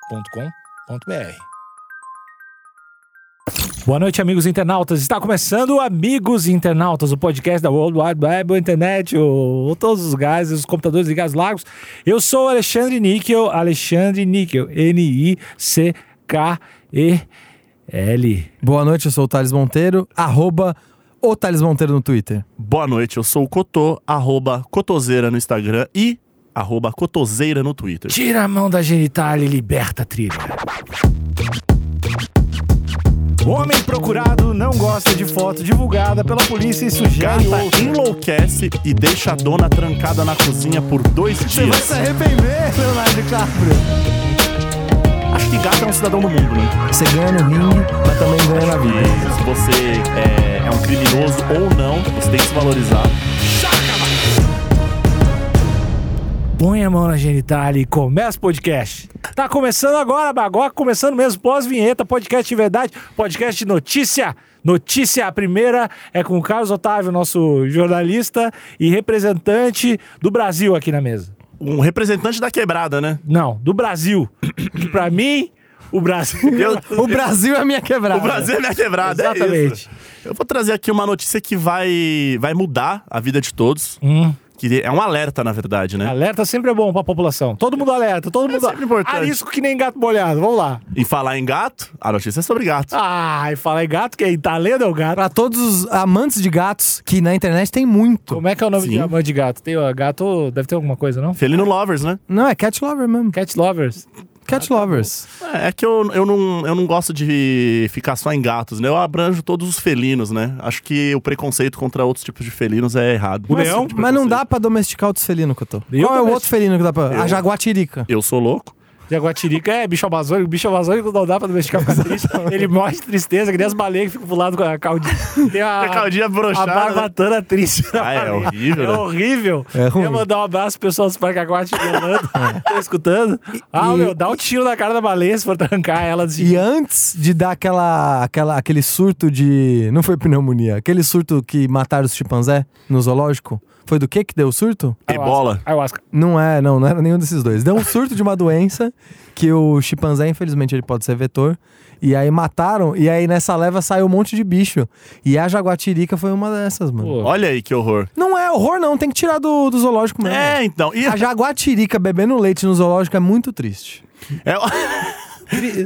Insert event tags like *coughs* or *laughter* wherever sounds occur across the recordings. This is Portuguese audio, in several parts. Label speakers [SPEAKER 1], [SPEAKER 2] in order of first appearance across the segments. [SPEAKER 1] agenciadepodcast.com.br. Boa noite, amigos internautas. Está começando o Amigos Internautas, o podcast da World Wide Web, a internet, o, todos os gás, os computadores ligados lagos. Eu sou o Alexandre Níquel, Alexandre Níquel, N-I-C-K-E-L.
[SPEAKER 2] Boa noite, eu sou o Thales Monteiro, arroba o Thales Monteiro no Twitter.
[SPEAKER 3] Boa noite, eu sou o Cotô, arroba Cotoseira no Instagram e arroba Cotoseira no Twitter.
[SPEAKER 1] Tira a mão da genital e liberta a trilha. Homem procurado não gosta de foto divulgada pela polícia e sugere
[SPEAKER 3] Gata
[SPEAKER 1] outro.
[SPEAKER 3] enlouquece e deixa a dona trancada na cozinha por dois dias.
[SPEAKER 1] arrepender, Leonardo DiCaprio.
[SPEAKER 3] Acho que gata é um cidadão do mundo, né?
[SPEAKER 2] Você ganha no ringue, mas também ganha na vida.
[SPEAKER 3] E se você é, é um criminoso ou não, você tem que se valorizar.
[SPEAKER 1] Põe a mão na genitália e começa o podcast. Tá começando agora, Bagoca, começando mesmo pós-vinheta, podcast de verdade, podcast de notícia. Notícia, a primeira é com o Carlos Otávio, nosso jornalista e representante do Brasil aqui na mesa.
[SPEAKER 3] Um representante da quebrada, né?
[SPEAKER 1] Não, do Brasil. Que pra
[SPEAKER 3] *coughs*
[SPEAKER 1] mim, o
[SPEAKER 3] *laughs*
[SPEAKER 1] Brasil.
[SPEAKER 2] O Brasil é a minha quebrada.
[SPEAKER 3] O Brasil é minha quebrada, é
[SPEAKER 1] Exatamente.
[SPEAKER 3] isso. Eu vou trazer aqui uma notícia que vai, vai mudar a vida de todos.
[SPEAKER 1] Hum.
[SPEAKER 3] Que é um alerta, na verdade, né?
[SPEAKER 1] Alerta sempre é bom pra população. Todo mundo alerta, todo mundo.
[SPEAKER 3] É sempre importante.
[SPEAKER 1] Arisco que nem gato molhado, vamos lá.
[SPEAKER 3] Em falar em gato, a notícia é sobre gato.
[SPEAKER 1] Ah, e fala em gato, que é italiano é o gato.
[SPEAKER 2] Pra todos os amantes de gatos, que na internet tem muito.
[SPEAKER 1] *laughs* Como é que é o nome
[SPEAKER 3] Sim.
[SPEAKER 1] de amante de gato? Tem, ó, gato deve ter alguma coisa, não?
[SPEAKER 3] Felino Lovers, né?
[SPEAKER 2] Não, é cat lover mesmo.
[SPEAKER 1] Cat lovers.
[SPEAKER 2] Cat lovers.
[SPEAKER 3] É é que eu, eu, não, eu não gosto de ficar só em gatos, né? Eu abranjo todos os felinos, né? Acho que o preconceito contra outros tipos de felinos é errado.
[SPEAKER 1] O leão?
[SPEAKER 3] Tipo de
[SPEAKER 2] Mas não
[SPEAKER 3] preconceito.
[SPEAKER 2] dá pra domesticar outros felinos que eu tô.
[SPEAKER 1] Então? Eu
[SPEAKER 2] Qual é o
[SPEAKER 1] domestico-
[SPEAKER 2] outro felino que dá pra. A jaguatirica.
[SPEAKER 3] Eu sou louco.
[SPEAKER 1] Jaguatirica é bicho amazônico. Bicho amazônico não dá pra domesticar ficar
[SPEAKER 3] *laughs*
[SPEAKER 1] triste. Ele morre de tristeza, que nem as baleias que ficam pro lado com a caldinha. Tem a,
[SPEAKER 3] A caudinha
[SPEAKER 1] Ah, a
[SPEAKER 3] broxada.
[SPEAKER 2] né?
[SPEAKER 1] barbatana triste. na
[SPEAKER 3] Ah, é
[SPEAKER 1] baleia.
[SPEAKER 3] horrível,
[SPEAKER 1] É
[SPEAKER 3] né?
[SPEAKER 1] horrível.
[SPEAKER 2] É ruim.
[SPEAKER 1] Queria mandar um abraço pro pessoal dos Parcaguate de
[SPEAKER 3] *laughs*
[SPEAKER 1] Orlando.
[SPEAKER 3] É.
[SPEAKER 1] Tá escutando? Ah,
[SPEAKER 2] e-
[SPEAKER 1] meu, dá um tiro na cara da baleia se for trancar ela. Assim.
[SPEAKER 2] E antes de dar aquela, aquela, aquele surto de. Não foi pneumonia, aquele surto que mataram os chimpanzé no zoológico. Foi do que que deu o surto?
[SPEAKER 3] Ebola.
[SPEAKER 1] Ayahuasca.
[SPEAKER 2] Não é, não, não era nenhum desses dois. Deu um surto de uma doença que o chimpanzé, infelizmente, ele pode ser vetor. E aí mataram, e aí nessa leva saiu um monte de bicho. E a jaguatirica foi uma dessas, mano.
[SPEAKER 1] Pô.
[SPEAKER 3] Olha aí que horror.
[SPEAKER 2] Não é horror, não, tem que tirar do, do zoológico mesmo.
[SPEAKER 3] É, então. E
[SPEAKER 2] A jaguatirica bebendo leite no zoológico é muito triste. *laughs*
[SPEAKER 3] é-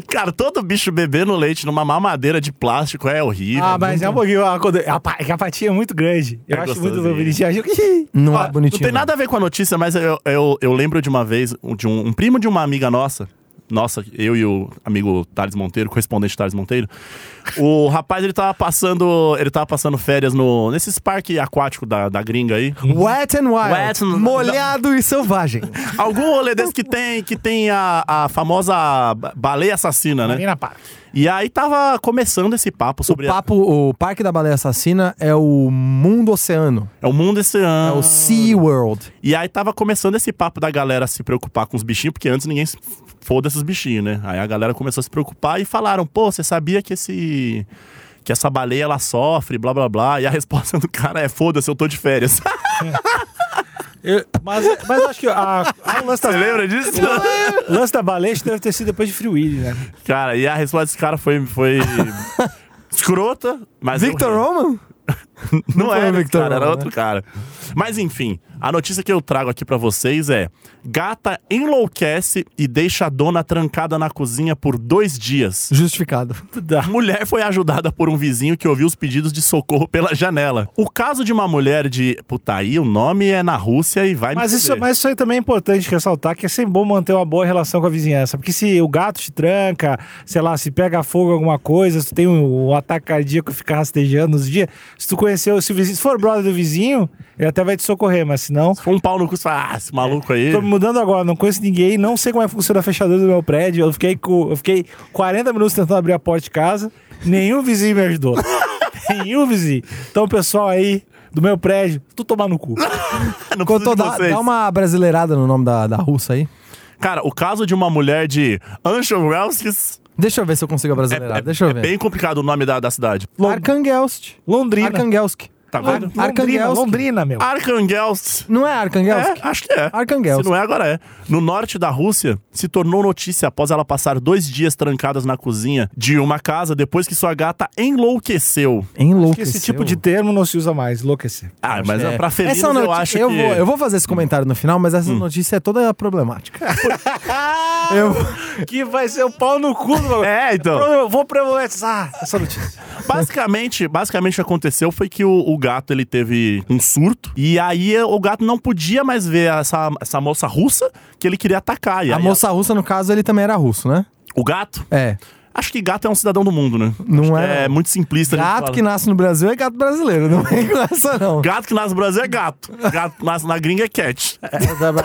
[SPEAKER 3] Cara, todo bicho bebendo leite numa mamadeira de plástico é horrível.
[SPEAKER 1] Ah, mas é um pouquinho. A, quando- a, pa- a patinha é muito grande. Eu
[SPEAKER 3] É
[SPEAKER 1] acho muito
[SPEAKER 3] gostosinho.
[SPEAKER 1] bonitinho. Eu *laughs* acho-
[SPEAKER 2] Não
[SPEAKER 3] Ó,
[SPEAKER 2] é bonitinho.
[SPEAKER 3] Não tem nada a ver com a notícia, mas eu, eu, eu lembro de uma vez, um- de um, um primo de uma amiga nossa, nossa, eu e o amigo Thales Monteiro, correspondente Thales Monteiro,
[SPEAKER 2] *laughs*
[SPEAKER 3] o rapaz, ele tava passando, ele tava passando férias no, nesses parque aquático da, da gringa aí.
[SPEAKER 2] Wet and wild.
[SPEAKER 3] Wet and-
[SPEAKER 2] Molhado e
[SPEAKER 3] *laughs*
[SPEAKER 2] selvagem.
[SPEAKER 3] Algum rolê desse que tem, que tem a, a famosa ba- baleia assassina, né?
[SPEAKER 1] Marina Park.
[SPEAKER 3] E aí tava começando esse papo sobre...
[SPEAKER 2] O papo, o Parque da Baleia Assassina é o mundo oceano.
[SPEAKER 3] É o mundo esse
[SPEAKER 2] É
[SPEAKER 3] ano.
[SPEAKER 2] o Sea World.
[SPEAKER 3] E aí tava começando esse papo da galera se preocupar com os bichinhos, porque antes ninguém se foda esses bichinhos, né? Aí a galera começou a se preocupar e falaram, pô, você sabia que esse. que essa baleia ela sofre, blá blá blá. E a *laughs* resposta do cara é, foda-se, eu tô de férias. *laughs*
[SPEAKER 1] Eu- mas, mas acho que a, é. a lance, da,
[SPEAKER 3] você lembra disso?
[SPEAKER 1] o lance da baleia acho que deve ter sido depois de Free Willy, né?
[SPEAKER 3] cara, e a resposta desse cara
[SPEAKER 2] *laughs*
[SPEAKER 3] foi. foi escrota, mas. é eu
[SPEAKER 2] Victor
[SPEAKER 3] ri.
[SPEAKER 2] Roman?
[SPEAKER 3] Não,
[SPEAKER 2] foi
[SPEAKER 3] era
[SPEAKER 2] o
[SPEAKER 3] esse
[SPEAKER 2] Victor né?
[SPEAKER 3] cara, era
[SPEAKER 2] Roman,
[SPEAKER 3] outro cara. Mas enfim, a notícia que eu trago aqui pra vocês é: gata enlouquece e deixa a dona trancada na cozinha por dois dias.
[SPEAKER 2] Justificado.
[SPEAKER 3] A mulher foi ajudada por um vizinho que ouviu os pedidos de socorro pela janela. O caso de uma mulher de. Puta, aí o nome é na Rússia e vai
[SPEAKER 1] Mas
[SPEAKER 3] me
[SPEAKER 1] isso,
[SPEAKER 3] foder.
[SPEAKER 1] mas isso aí também é importante ressaltar que é sempre bom manter uma boa relação com a vizinhança. Porque se o gato te tranca, sei lá, se pega fogo alguma coisa, se tu tem um, um ataque cardíaco e fica rastejando os dias, se tu conheceu, se o vizinho, se for brother do vizinho, ele até vai te socorrer, mas se não.
[SPEAKER 3] Foi um pau no cu, você fala, ah, esse maluco aí.
[SPEAKER 1] Tô me mudando agora, não conheço ninguém, não sei como é que funciona a fechadura do meu prédio. Eu fiquei, com, eu fiquei 40 minutos tentando abrir a porta de casa, nenhum vizinho me ajudou. *laughs* nenhum vizinho. Então, pessoal aí do meu prédio, tu tomar no cu.
[SPEAKER 3] *laughs* Não preciso
[SPEAKER 2] Cotô,
[SPEAKER 3] de
[SPEAKER 2] dá,
[SPEAKER 3] vocês.
[SPEAKER 2] dá uma brasileirada no nome da, da russa aí.
[SPEAKER 3] Cara, o caso de uma mulher de Anchovelskis.
[SPEAKER 2] Deixa eu ver se eu consigo a
[SPEAKER 3] É,
[SPEAKER 2] brasileirada. Deixa eu
[SPEAKER 3] é
[SPEAKER 2] ver.
[SPEAKER 3] bem complicado o nome da, da cidade.
[SPEAKER 1] Lon-
[SPEAKER 2] Arcangelsk.
[SPEAKER 1] Londrina.
[SPEAKER 2] Arcangelsk.
[SPEAKER 3] Tá vendo?
[SPEAKER 1] Londrina,
[SPEAKER 2] Arcanguelski.
[SPEAKER 1] Londrina, meu.
[SPEAKER 3] Arkhangels.
[SPEAKER 2] Não é Arcangelsk?
[SPEAKER 3] É, acho que é.
[SPEAKER 2] Arkhangelsk.
[SPEAKER 3] Se não é, agora é. No norte da Rússia, se tornou notícia após ela passar dois dias trancadas na cozinha de uma casa depois que sua gata enlouqueceu.
[SPEAKER 1] Acho que
[SPEAKER 2] Enlouqueceu.
[SPEAKER 1] esse tipo de termo não se usa mais, enlouquecer.
[SPEAKER 3] Ah, mas é. pra felinos
[SPEAKER 2] Essa
[SPEAKER 3] eu
[SPEAKER 2] noti-
[SPEAKER 3] acho
[SPEAKER 2] um eu
[SPEAKER 3] que... Hum.
[SPEAKER 2] Vou, eu vou fazer esse comentário no final, mas essa notícia é toda problemática. eu,
[SPEAKER 1] Que vai ser o pau no cu do bagulho.
[SPEAKER 3] É, então.
[SPEAKER 1] Pro- eu Vou problematizar essa notícia.
[SPEAKER 3] Basicamente, basicamente o que aconteceu foi que o, o gato ele teve um surto e aí o gato não podia mais ver essa, essa moça russa que ele queria atacar. E
[SPEAKER 2] a
[SPEAKER 3] aí,
[SPEAKER 2] moça russa, no caso, ele também era russo, né?
[SPEAKER 3] O gato?
[SPEAKER 2] É.
[SPEAKER 3] Acho que gato é um cidadão do mundo, né?
[SPEAKER 2] Não
[SPEAKER 3] Acho que
[SPEAKER 2] é.
[SPEAKER 3] É muito simplista. a gente
[SPEAKER 2] Gato
[SPEAKER 3] fala.
[SPEAKER 2] que nasce no Brasil é gato brasileiro, não vem com essa, *laughs* não.
[SPEAKER 3] Gato que nasce no Brasil é gato. Gato que nasce na gringa é cat.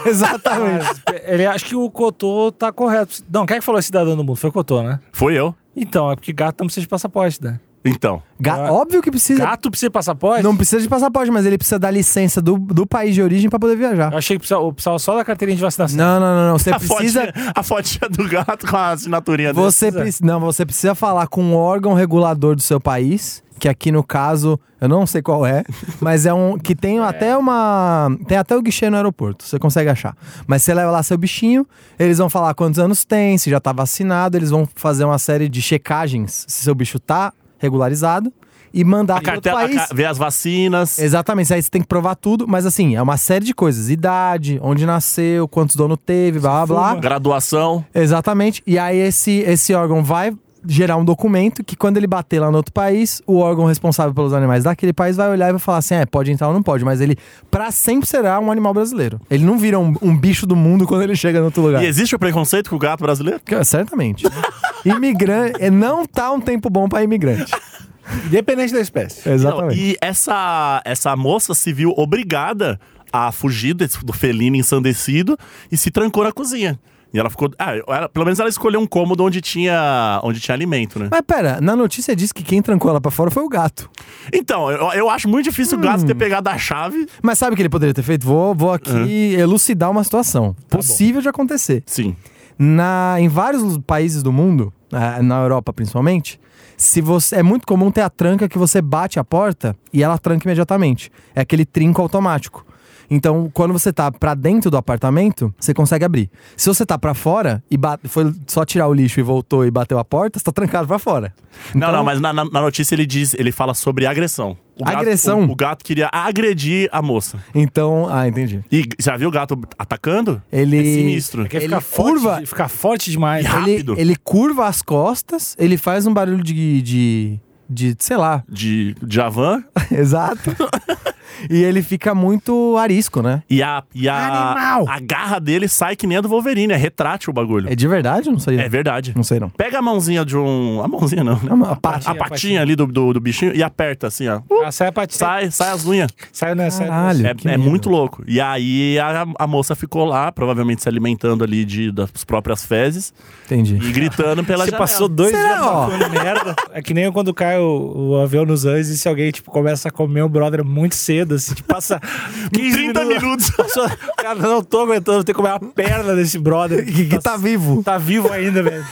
[SPEAKER 2] Exatamente.
[SPEAKER 1] Ele acho que o Cotô tá correto. Não, quem é que falou cidadão do mundo? Foi o Cotô, né?
[SPEAKER 3] Foi eu.
[SPEAKER 1] Então, é porque gato não precisa de passaporte, né?
[SPEAKER 3] Então.
[SPEAKER 2] Ga- Óbvio que precisa.
[SPEAKER 1] Gato precisa de passaporte?
[SPEAKER 2] Não precisa de passaporte, mas ele precisa da licença do, do país de origem pra poder viajar.
[SPEAKER 1] Eu achei que precisava, precisava só da carteirinha de vacinação.
[SPEAKER 2] Não, não, não, não. *laughs* Você
[SPEAKER 3] A,
[SPEAKER 2] precisa.
[SPEAKER 3] fotinha, a fotinha do gato com a assinaturinha dele.
[SPEAKER 2] Você
[SPEAKER 1] precisa.
[SPEAKER 2] preci- Não, você precisa falar com um órgão regulador do seu país, que aqui no caso, eu não sei qual é, *laughs* mas é um. Que tem até uma. Tem até o guichê no aeroporto, você consegue achar. Mas você leva lá seu bichinho, eles vão falar quantos anos tem, se já tá vacinado, eles vão fazer uma série de checagens se seu bicho tá regularizado e mandar
[SPEAKER 3] A
[SPEAKER 2] para outro
[SPEAKER 3] cartela, a
[SPEAKER 2] é um país.
[SPEAKER 3] ca- vê as vacinas.
[SPEAKER 2] Exatamente, aí você tem que provar tudo, mas assim, é uma série de coisas: idade, onde nasceu, quantos donos teve, blá blá blá.
[SPEAKER 3] Graduação.
[SPEAKER 2] Exatamente. E aí esse, esse órgão vai gerar um documento que quando ele bater lá no outro país, o órgão responsável pelos animais daquele país vai olhar e vai falar assim, é, pode entrar ou não pode, mas ele pra sempre será um animal brasileiro. Ele não vira um, um bicho do mundo quando ele chega no outro lugar.
[SPEAKER 3] E existe o preconceito com o gato brasileiro?
[SPEAKER 2] Que- Certamente. *laughs* Imigrante não tá um tempo bom pra imigrante.
[SPEAKER 1] Independente da espécie.
[SPEAKER 2] Exatamente.
[SPEAKER 3] Não, e essa, essa moça se viu obrigada a fugir desse- do felino ensandecido e se trancou na cozinha. E ela ficou. Ah, ela- pelo menos ela escolheu um cômodo onde tinha, onde tinha alimento, né?
[SPEAKER 2] Mas pera, na notícia diz que quem trancou ela pra fora foi o gato.
[SPEAKER 3] Então, eu, eu acho muito difícil o
[SPEAKER 2] Hum.
[SPEAKER 3] gato ter pegado a chave.
[SPEAKER 2] Mas sabe o que ele poderia ter feito? Vou, vou aqui elucidar uma situação.
[SPEAKER 3] Tá
[SPEAKER 2] Possível de acontecer.
[SPEAKER 3] Sim.
[SPEAKER 2] na, em vários países do mundo, ah, na Europa principalmente, se você é muito comum ter a tranca que você bate a porta e ela tranca imediatamente. É aquele trinco automático. Então, quando você tá pra dentro do apartamento, você consegue abrir. Se você tá pra fora e ba- foi só tirar o lixo e voltou e bateu a porta, você tá trancado pra fora. Então,
[SPEAKER 3] não, não, mas na, na- na notícia ele diz, ele fala sobre agressão. O gato-
[SPEAKER 2] Agressão?
[SPEAKER 3] o- o gato queria agredir a moça.
[SPEAKER 2] Então, ah, entendi.
[SPEAKER 3] E já viu o gato atacando?
[SPEAKER 2] Ele-
[SPEAKER 3] É sinistro.
[SPEAKER 1] Porque
[SPEAKER 2] Ele
[SPEAKER 1] fica
[SPEAKER 2] curva-
[SPEAKER 1] forte, de- fica forte demais.
[SPEAKER 3] E
[SPEAKER 2] Ele,
[SPEAKER 3] rápido.
[SPEAKER 2] ele curva as costas, ele faz um barulho de, de, de sei lá,
[SPEAKER 3] De, de Avan.
[SPEAKER 2] *laughs* Exato. e ele fica muito arisco, né?
[SPEAKER 3] E a, e a,
[SPEAKER 1] Animal!
[SPEAKER 3] a garra dele sai que nem a do Wolverine. É retrátil o bagulho.
[SPEAKER 2] É de verdade? Eu Não sei.
[SPEAKER 3] É, verdade.
[SPEAKER 2] Não sei, não.
[SPEAKER 3] Pega a mãozinha de um. A mãozinha não, né?
[SPEAKER 2] É uma
[SPEAKER 3] A,
[SPEAKER 2] parte.
[SPEAKER 3] patinha,
[SPEAKER 1] patinha.
[SPEAKER 3] ali do, do, do bichinho e aperta assim, ó.
[SPEAKER 1] Ah, sai a patinha.
[SPEAKER 3] Sai, sai as unhas.
[SPEAKER 1] Saiu, né? Saiu.
[SPEAKER 2] Caralho.
[SPEAKER 3] É,
[SPEAKER 2] que
[SPEAKER 3] é
[SPEAKER 2] medo.
[SPEAKER 3] muito louco. E aí a, a moça ficou lá, provavelmente se alimentando ali de, das próprias fezes
[SPEAKER 2] Entendi.
[SPEAKER 3] e gritando pela
[SPEAKER 1] Você
[SPEAKER 3] janela.
[SPEAKER 1] passou dois
[SPEAKER 2] Será,
[SPEAKER 1] dias
[SPEAKER 2] ó?
[SPEAKER 1] falando merda. É que nem quando cai o, o avião nos anjos e se alguém, tipo, começa a comer um brother muito cedo, assim, tipo,
[SPEAKER 2] *laughs*
[SPEAKER 1] passa 15 *laughs*
[SPEAKER 3] 30 minutos.
[SPEAKER 1] Só- Cara, não tô aguentando ter que comer a perna desse brother.
[SPEAKER 2] *laughs* Que, que tá vivo.
[SPEAKER 1] Tá vivo ainda, velho.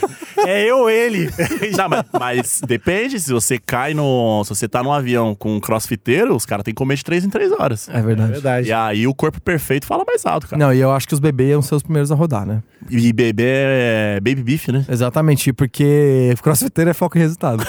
[SPEAKER 1] É eu ou ele.
[SPEAKER 3] *laughs* Não, mas, mas depende, se você cai no. Se você tá num avião com um crossfiteiro, os caras têm que comer de 3 em 3 horas.
[SPEAKER 2] É verdade.
[SPEAKER 1] Verdade.
[SPEAKER 3] E aí o corpo perfeito fala mais alto, cara.
[SPEAKER 2] Não, e eu acho que os bebês são os primeiros a rodar, né?
[SPEAKER 3] E bebê é baby beef, né?
[SPEAKER 2] Exatamente, porque *laughs* crossfiteiro é foco em resultado.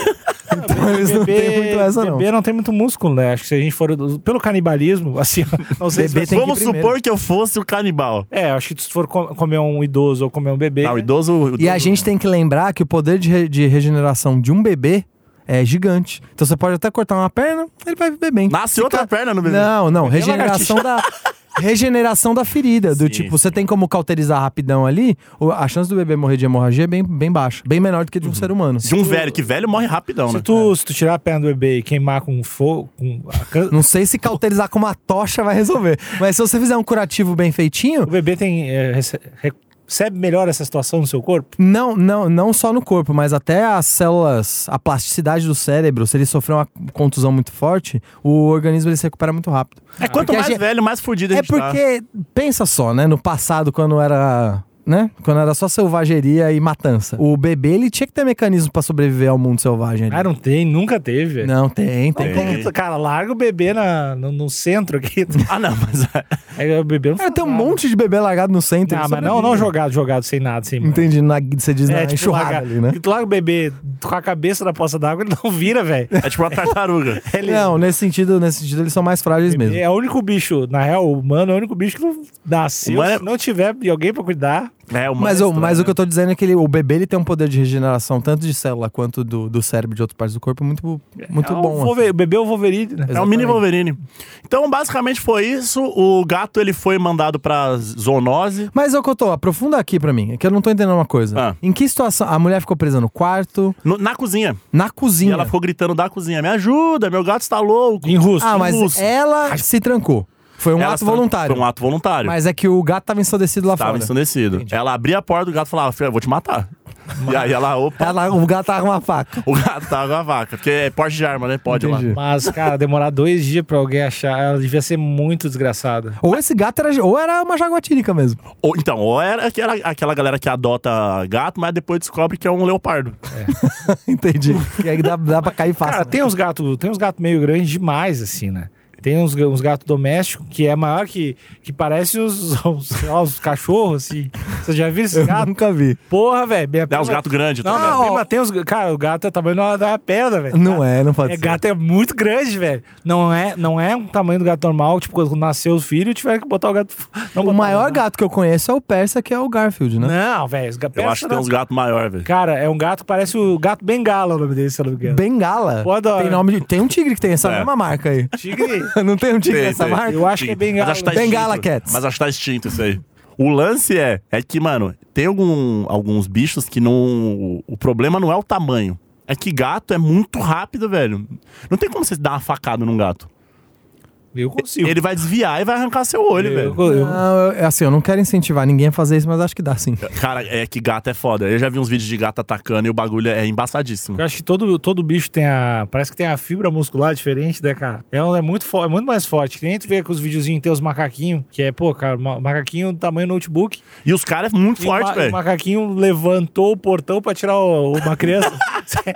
[SPEAKER 2] então eles não têm muito essa, não.
[SPEAKER 1] bebê não tem muito músculo, né? Acho que se a gente for do- pelo canibalismo, assim, não sei
[SPEAKER 2] Bebê
[SPEAKER 1] se...
[SPEAKER 2] tem que ir
[SPEAKER 3] Vamos
[SPEAKER 2] primeiro.
[SPEAKER 3] supor que eu fosse o canibal.
[SPEAKER 1] É, acho que se for co- comer um idoso ou comer um bebê...
[SPEAKER 3] Ah, o idoso. o
[SPEAKER 2] É. E
[SPEAKER 3] idoso-
[SPEAKER 2] a gente tem que lembrar que o poder de, re- de regeneração de um bebê é gigante. Então você pode até cortar uma perna, ele vai viver bem.
[SPEAKER 3] Nasce outra perna no bebê.
[SPEAKER 2] Não, não. Regeneração da. Regeneração da ferida. Do
[SPEAKER 3] Sim,
[SPEAKER 2] tipo, você tem como cauterizar rapidão ali, o- a chance do bebê morrer de hemorragia é bem, bem baixa. Bem menor do que de um ser humano.
[SPEAKER 3] De um velho, que velho morre rapidão, né?
[SPEAKER 1] Se tu, se tu tirar a perna do bebê e queimar com fogo, com a can-
[SPEAKER 2] Não sei se cauterizar com uma tocha vai resolver. Mas se você fizer um curativo bem feitinho,
[SPEAKER 1] o bebê tem é, rece- re- recebe melhor essa situação no seu corpo?
[SPEAKER 2] não, não, não só no corpo, mas até as células, a plasticidade do cérebro, se ele sofrer uma contusão muito forte, o organismo ele se recupera muito rápido.
[SPEAKER 3] É quanto
[SPEAKER 2] Porque a
[SPEAKER 3] mais
[SPEAKER 2] gente-
[SPEAKER 3] velho, mais fudido a
[SPEAKER 2] É
[SPEAKER 3] gente tá.
[SPEAKER 2] porque, pensa só, né? No passado, quando era. né? Quando era só selvageria e matança. O bebê, ele tinha que ter mecanismo pra sobreviver ao mundo selvagem. ali.
[SPEAKER 1] Ah, não tem, nunca teve, velho.
[SPEAKER 2] Não, tem, tem.
[SPEAKER 1] Não, como que tu- cara, larga o bebê na, no, no centro aqui.
[SPEAKER 3] *laughs* Ah, *laughs* não, Ah, mas.
[SPEAKER 1] Aí o bebê não
[SPEAKER 2] Cara,
[SPEAKER 1] faz
[SPEAKER 2] tem um
[SPEAKER 1] nada.
[SPEAKER 2] monte de bebê largado no centro.
[SPEAKER 1] Ah,
[SPEAKER 2] ele
[SPEAKER 1] mas não,
[SPEAKER 2] sobrevive.
[SPEAKER 1] não jogado, jogado sem nada, sem mãe.
[SPEAKER 2] Entendi, na, você diz na enxurrada
[SPEAKER 1] larga-
[SPEAKER 2] ali, né?
[SPEAKER 1] tu larga o bebê com a cabeça na poça d'água, ele não vira, velho.
[SPEAKER 3] É tipo
[SPEAKER 2] *laughs*
[SPEAKER 3] uma tartaruga.
[SPEAKER 1] Ele-
[SPEAKER 2] Não, nesse sentido, nesse sentido eles são mais frágeis mesmo.
[SPEAKER 1] É o único bicho, na real, o humano é o único bicho que não nasceu.
[SPEAKER 3] Humano é-
[SPEAKER 1] Se não tiver alguém pra cuidar,
[SPEAKER 3] É, uma
[SPEAKER 2] Mas, o-
[SPEAKER 3] estranha,
[SPEAKER 2] mas o
[SPEAKER 3] né?
[SPEAKER 2] que eu tô dizendo é que ele- o bebê ele tem um poder de regeneração, tanto de célula quanto do, do cérebro e de outras partes do corpo, muito, muito
[SPEAKER 1] é
[SPEAKER 3] um
[SPEAKER 1] o
[SPEAKER 2] bom. assim.
[SPEAKER 1] Wolver- o bebê é o Wolverine, né?
[SPEAKER 3] É o mini Wolverine. Então, basicamente foi isso. O gato ele foi mandado pra zoonose.
[SPEAKER 2] Mas, é ô Cotô, aprofunda aqui pra mim, é que eu não tô entendendo uma coisa.
[SPEAKER 3] Ah.
[SPEAKER 2] Em que situação? A mulher ficou presa no quarto,
[SPEAKER 3] no- na cozinha.
[SPEAKER 2] na
[SPEAKER 3] E
[SPEAKER 2] cozinha.
[SPEAKER 3] ela ficou gritando da cozinha: Me ajuda, meu gato está louco.
[SPEAKER 1] Em russo. *laughs*
[SPEAKER 2] ah, mas
[SPEAKER 3] russo.
[SPEAKER 2] ela se trancou. Foi um
[SPEAKER 3] Ela
[SPEAKER 2] ato
[SPEAKER 3] tra-
[SPEAKER 2] voluntário.
[SPEAKER 3] Foi um ato voluntário.
[SPEAKER 2] Mas é que o gato tava ensandecido lá
[SPEAKER 3] Tava
[SPEAKER 2] fora.
[SPEAKER 3] ensandecido. Ela abria a porta do gato e falava: Filha, eu vou
[SPEAKER 2] *laughs*
[SPEAKER 3] te matar. E aí ela, opa,
[SPEAKER 2] Ela- o gato tava com uma faca.
[SPEAKER 3] o gato tava com a vaca. Porque é porte de arma, né? Pode ir lá.
[SPEAKER 2] Entendi.
[SPEAKER 1] Mas, cara, demorar dois dias pra alguém achar, ela devia ser muito desgraçada.
[SPEAKER 2] Ou esse gato era, ou era uma jaguatirica mesmo. *laughs*
[SPEAKER 3] Ou, então, ou era aquela, aquela galera que adota gato, mas depois descobre que é um leopardo.
[SPEAKER 2] Entendi. E aí dá, dá pra cair fácil.
[SPEAKER 1] Cara, tem uns gatos, tem uns gatos meio grandes demais, assim, né? Tem uns, uns gatos domésticos que é maior que, que parece os, *laughs* os, sei lá, os cachorros, assim. Vocês já viram esses
[SPEAKER 2] Eu
[SPEAKER 1] gatos?
[SPEAKER 2] nunca vi.
[SPEAKER 1] Porra, velho. minha
[SPEAKER 3] É, os
[SPEAKER 1] prima-
[SPEAKER 3] gatos grandes, tá
[SPEAKER 1] Não,
[SPEAKER 3] ligado?
[SPEAKER 1] minha
[SPEAKER 2] ó.
[SPEAKER 1] prima tem os. Cara, o gato é tamanho da da pedra, velho.
[SPEAKER 2] Não é, não pode
[SPEAKER 1] É,
[SPEAKER 2] ser.
[SPEAKER 1] gato é muito grande, velho. Não é, não é um tamanho do gato normal, tipo, quando nasceu os filhos, tiveram que botar o gato. *laughs* Não
[SPEAKER 2] O
[SPEAKER 1] botar
[SPEAKER 2] maior
[SPEAKER 1] gato.
[SPEAKER 2] gato que eu conheço é o Persa, que é o Garfield, né?
[SPEAKER 1] Não, velho. os ga-
[SPEAKER 3] Eu
[SPEAKER 1] pensa
[SPEAKER 3] acho que tem
[SPEAKER 1] na-
[SPEAKER 3] uns gatos maiores, velho.
[SPEAKER 1] Cara, é um gato que parece o gato bengala, o nome dele, se eu não me engano.
[SPEAKER 2] Bengala.
[SPEAKER 1] Eu adoro.
[SPEAKER 2] Tem nome de... Tem um tigre que tem essa
[SPEAKER 3] É.
[SPEAKER 2] mesma marca
[SPEAKER 1] *laughs*
[SPEAKER 2] aí.
[SPEAKER 1] Tigre.
[SPEAKER 2] Não tem um tigre
[SPEAKER 3] Tem,
[SPEAKER 2] dessa
[SPEAKER 3] tem.
[SPEAKER 2] marca?
[SPEAKER 1] Eu acho que é
[SPEAKER 3] Sim,
[SPEAKER 1] bengala.
[SPEAKER 3] Mas acho que tá
[SPEAKER 2] Bengala
[SPEAKER 3] extinto.
[SPEAKER 2] Cats.
[SPEAKER 3] Mas acho que tá extinto isso aí. O lance é, é que, mano, tem algum- alguns bichos que não. O problema não é o tamanho. É que gato é muito rápido, velho. Não tem como você dar uma facada num gato.
[SPEAKER 1] Eu consigo.
[SPEAKER 3] Ele vai desviar e vai arrancar seu olho,
[SPEAKER 1] eu,
[SPEAKER 3] velho.
[SPEAKER 1] eu,
[SPEAKER 2] Não, eu- assim, eu não quero incentivar ninguém a fazer isso, mas acho que dá sim.
[SPEAKER 3] Cara, é que gato é foda. Eu já vi uns vídeos de gato atacando e o bagulho é embaçadíssimo.
[SPEAKER 1] eu acho que todo, todo bicho tem a. Parece que tem a fibra muscular diferente, né, cara? É, um- é muito, fo- é muito mais forte. Que nem tu vê com os videozinhos tem os macaquinhos, que é, pô, cara, ma- macaquinho do tamanho notebook.
[SPEAKER 3] E os caras é muito
[SPEAKER 1] E
[SPEAKER 3] forte,
[SPEAKER 1] ma- O
[SPEAKER 3] velho.
[SPEAKER 1] macaquinho levantou o portão pra tirar o- uma criança. *laughs*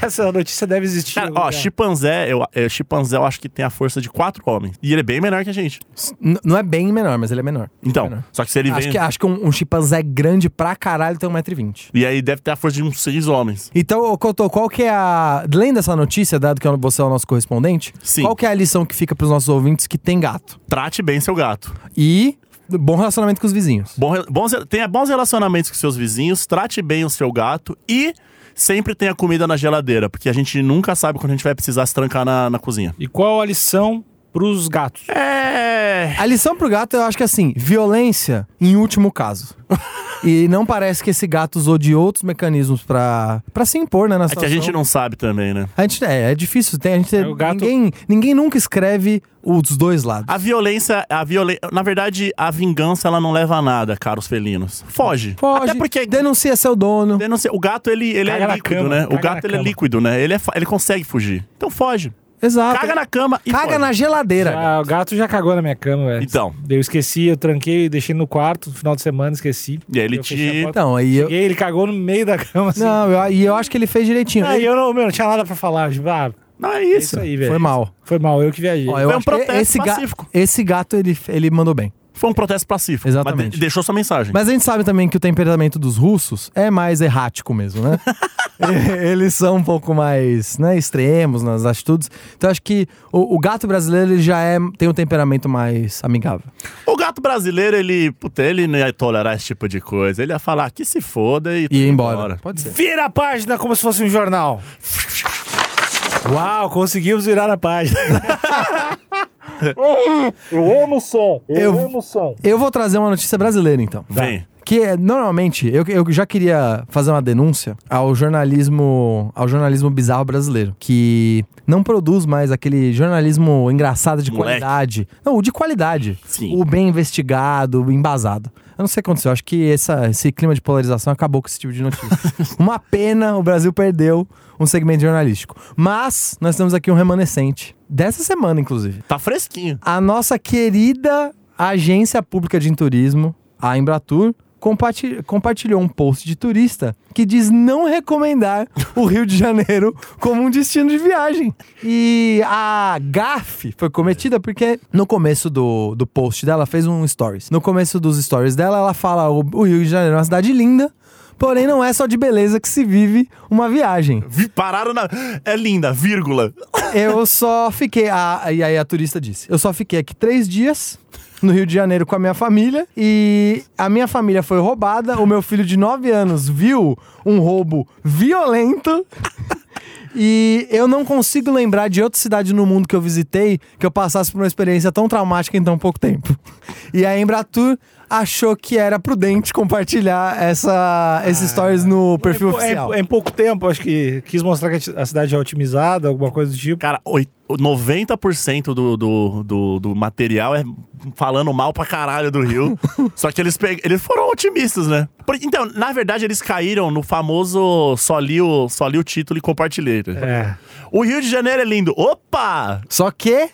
[SPEAKER 1] Essa notícia deve existir.
[SPEAKER 3] Cara,
[SPEAKER 1] em algum
[SPEAKER 3] ó,
[SPEAKER 2] é.
[SPEAKER 1] lugar.
[SPEAKER 3] chimpanzé, eu, é, chimpanzé eu acho que tem a força de quatro homens. E ele é bem menor que a gente.
[SPEAKER 2] N- não é bem menor, mas ele é menor.
[SPEAKER 3] Então,
[SPEAKER 2] Menor.
[SPEAKER 3] só que se ele
[SPEAKER 2] Acho
[SPEAKER 3] vem.
[SPEAKER 2] que, acho que um, um chimpanzé grande pra caralho tem 1,20m.
[SPEAKER 3] E aí deve ter a força de uns seis homens.
[SPEAKER 2] Então, ô, Cotô, qual que é a. Além dessa notícia, dado que você é o nosso correspondente,
[SPEAKER 3] Sim.
[SPEAKER 2] qual que é a lição que fica pros nossos ouvintes que tem gato?
[SPEAKER 3] Trate bem seu gato.
[SPEAKER 2] E bom relacionamento com os vizinhos.
[SPEAKER 3] Bom, re- bons, tenha bons relacionamentos com seus vizinhos, trate bem o seu gato e sempre tenha comida na geladeira, porque a gente nunca sabe quando a gente vai precisar se trancar na, na cozinha.
[SPEAKER 1] E qual a lição pros gatos?
[SPEAKER 3] É.
[SPEAKER 2] A lição pro gato, eu acho que é assim, violência em último caso. e não parece que esse gato usou de outros mecanismos pra, pra se impor, né? Na
[SPEAKER 3] É que a gente não sabe também, né?
[SPEAKER 2] A gente, é, é difícil, tem, a gente,
[SPEAKER 1] É, o gato-
[SPEAKER 2] ninguém, ninguém nunca escreve os dois lados.
[SPEAKER 3] A violência, a violen... na verdade, a vingança ela não leva a nada, caros felinos. Foge.
[SPEAKER 2] Foge,
[SPEAKER 3] Até porque é
[SPEAKER 2] denuncia seu dono.
[SPEAKER 3] denuncia- o gato ele, ele
[SPEAKER 1] Caga
[SPEAKER 3] é
[SPEAKER 1] na
[SPEAKER 3] líquido,
[SPEAKER 1] cama,
[SPEAKER 3] né? O
[SPEAKER 1] caga
[SPEAKER 3] gato
[SPEAKER 1] na
[SPEAKER 3] ele é
[SPEAKER 1] cama.
[SPEAKER 3] líquido, né? Ele, é fa- ele consegue fugir. Então foge.
[SPEAKER 2] Exato.
[SPEAKER 3] Caga na cama e
[SPEAKER 2] Ah, tá. Caga
[SPEAKER 3] foge.
[SPEAKER 2] na geladeira.
[SPEAKER 1] Ah, o gato já cagou na minha cama, velho.
[SPEAKER 3] Então.
[SPEAKER 1] Eu esqueci, eu tranquei, deixei no quarto no final de semana, esqueci.
[SPEAKER 3] E aí ele
[SPEAKER 1] Eu fechei
[SPEAKER 3] te-
[SPEAKER 1] a porta.
[SPEAKER 2] Então, aí eu.
[SPEAKER 1] E aí ele cagou no meio da cama, assim.
[SPEAKER 2] Não, eu- e eu acho que ele fez direitinho.
[SPEAKER 1] Aí eu não, meu, não tinha nada pra falar. Tipo, ah,
[SPEAKER 3] Não é
[SPEAKER 1] é
[SPEAKER 3] isso.
[SPEAKER 1] isso aí, velho.
[SPEAKER 2] Foi mal.
[SPEAKER 1] Foi mal, eu que viajei.
[SPEAKER 2] Ó, eu
[SPEAKER 3] Foi um
[SPEAKER 2] acho que
[SPEAKER 3] protesto
[SPEAKER 2] esse, ga-
[SPEAKER 3] pacífico.
[SPEAKER 2] esse gato, ele, ele mandou bem.
[SPEAKER 3] Foi um protesto pacífico.
[SPEAKER 2] Exatamente.
[SPEAKER 3] Mas de- deixou sua mensagem.
[SPEAKER 2] Mas a gente sabe também que o temperamento dos russos é mais errático mesmo, *laughs* né? E- Eles são um pouco mais né, extremos nas atitudes. Então acho que o, o gato brasileiro ele já é, tem um temperamento mais amigável.
[SPEAKER 3] O gato brasileiro, ele, puta, ele não ia tolerar esse tipo de coisa. Ele ia falar que se foda e,
[SPEAKER 2] E ir embora. Pode ser.
[SPEAKER 1] Vira a página como se fosse um jornal. Uau, conseguimos virar a página. *laughs* eu É amo o som,
[SPEAKER 2] Eu-
[SPEAKER 1] o som.
[SPEAKER 2] Eu vou trazer uma notícia brasileira então.
[SPEAKER 3] Vem.
[SPEAKER 2] Que é, normalmente, eu, eu já queria fazer uma denúncia ao jornalismo ao jornalismo bizarro brasileiro, que não produz mais aquele jornalismo engraçado de
[SPEAKER 3] Moleque.
[SPEAKER 2] qualidade. Não, o de qualidade.
[SPEAKER 3] Sim.
[SPEAKER 2] O bem investigado, o embasado. Eu não sei o que aconteceu, acho que essa- esse clima de polarização acabou com esse tipo de
[SPEAKER 3] *laughs*
[SPEAKER 2] notícia. uma pena, o Brasil perdeu um segmento jornalístico. Mas nós temos aqui um remanescente, dessa semana inclusive
[SPEAKER 3] Tá fresquinho.
[SPEAKER 2] a nossa querida agência pública de turismo, a Embratur, comparti- compartilhou um post de turista que diz não recomendar o Rio de Janeiro como um destino de viagem. E a gafe foi cometida porque no começo do, do post dela, ela fez um stories. No começo dos stories dela, ela fala o, o Rio de Janeiro é uma cidade linda, porém não é só de beleza que se vive uma viagem.
[SPEAKER 3] Vi- Pararam na. É linda, vírgula.
[SPEAKER 2] Eu só fiquei. A, e aí a turista disse: Eu só fiquei aqui três dias no Rio de Janeiro com a minha família. E a minha família foi roubada. O meu filho de 9 anos viu um roubo violento. *laughs* E eu não consigo lembrar de outra cidade no mundo que eu visitei que eu passasse por uma experiência tão traumática em tão pouco tempo. E a Embratur achou que era prudente compartilhar essa, esses stories no perfil
[SPEAKER 1] é, em pou-
[SPEAKER 2] oficial.
[SPEAKER 1] é em- é em pouco tempo, acho que quis mostrar que a ti- a cidade é otimizada, alguma coisa do tipo.
[SPEAKER 3] Cara, oi- 90% do, do, do, do material é falando mal pra caralho do Rio. Só que eles, pe- eles foram otimistas, né? Por- Então, na verdade, eles caíram no famoso só li o, só li o título e compartilhei. né?
[SPEAKER 1] É.
[SPEAKER 3] O Rio de Janeiro é lindo. Opa!
[SPEAKER 2] Só que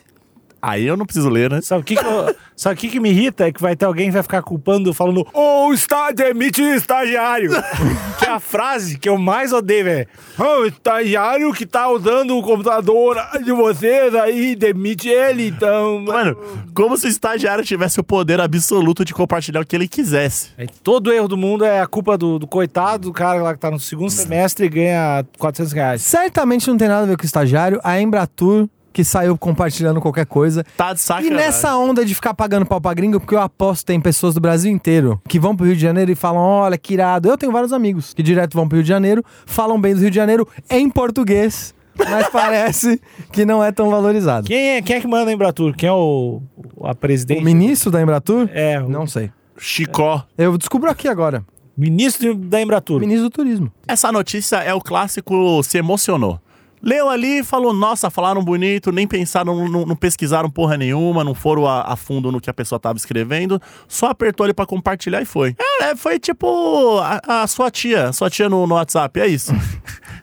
[SPEAKER 3] Aí eu não preciso ler, né?
[SPEAKER 1] Sabe o que, que eu- *laughs* sabe o que, que me irrita? É que vai ter alguém que vai ficar culpando, falando, "Oh, ou está demite o é estagiário. *laughs* que é a frase que eu mais odeio, velho. "Ah, o estagiário que tá usando o computador de vocês aí, demite ele, então.
[SPEAKER 3] Mano, como se o estagiário tivesse o poder absoluto de compartilhar o que ele quisesse.
[SPEAKER 1] É, todo erro do mundo é a culpa do, do coitado, do cara lá que tá no segundo semestre e ganha 400 reais.
[SPEAKER 2] Certamente não tem nada a ver com o estagiário, a Embratur que saiu compartilhando qualquer coisa.
[SPEAKER 3] Tá de saca.
[SPEAKER 2] E nessa onda de ficar pagando pau pra gringo, porque eu aposto que tem pessoas do Brasil inteiro que vão pro Rio de Janeiro e falam: olha, que irado. Eu tenho vários amigos que direto vão pro Rio de Janeiro, falam bem do Rio de Janeiro em português,
[SPEAKER 1] *laughs*
[SPEAKER 2] mas parece que não é tão valorizado.
[SPEAKER 1] Quem é, quem é que manda a Embratur? Quem é o, o- a presidente?
[SPEAKER 2] O ministro da Embratur?
[SPEAKER 1] É, o
[SPEAKER 2] Não sei.
[SPEAKER 3] Chicó.
[SPEAKER 2] Eu descubro aqui agora.
[SPEAKER 1] ministro da Embratur.
[SPEAKER 2] Ministro do Turismo.
[SPEAKER 3] Essa notícia é o clássico se emocionou. Leu ali e falou, nossa, falaram bonito, nem pensaram, não, não pesquisaram porra nenhuma, não foram a, a fundo no que a pessoa tava escrevendo, só apertou ali pra compartilhar e foi. É, é, foi tipo a, a sua tia, a sua tia no, no WhatsApp, é
[SPEAKER 1] *laughs*
[SPEAKER 3] isso.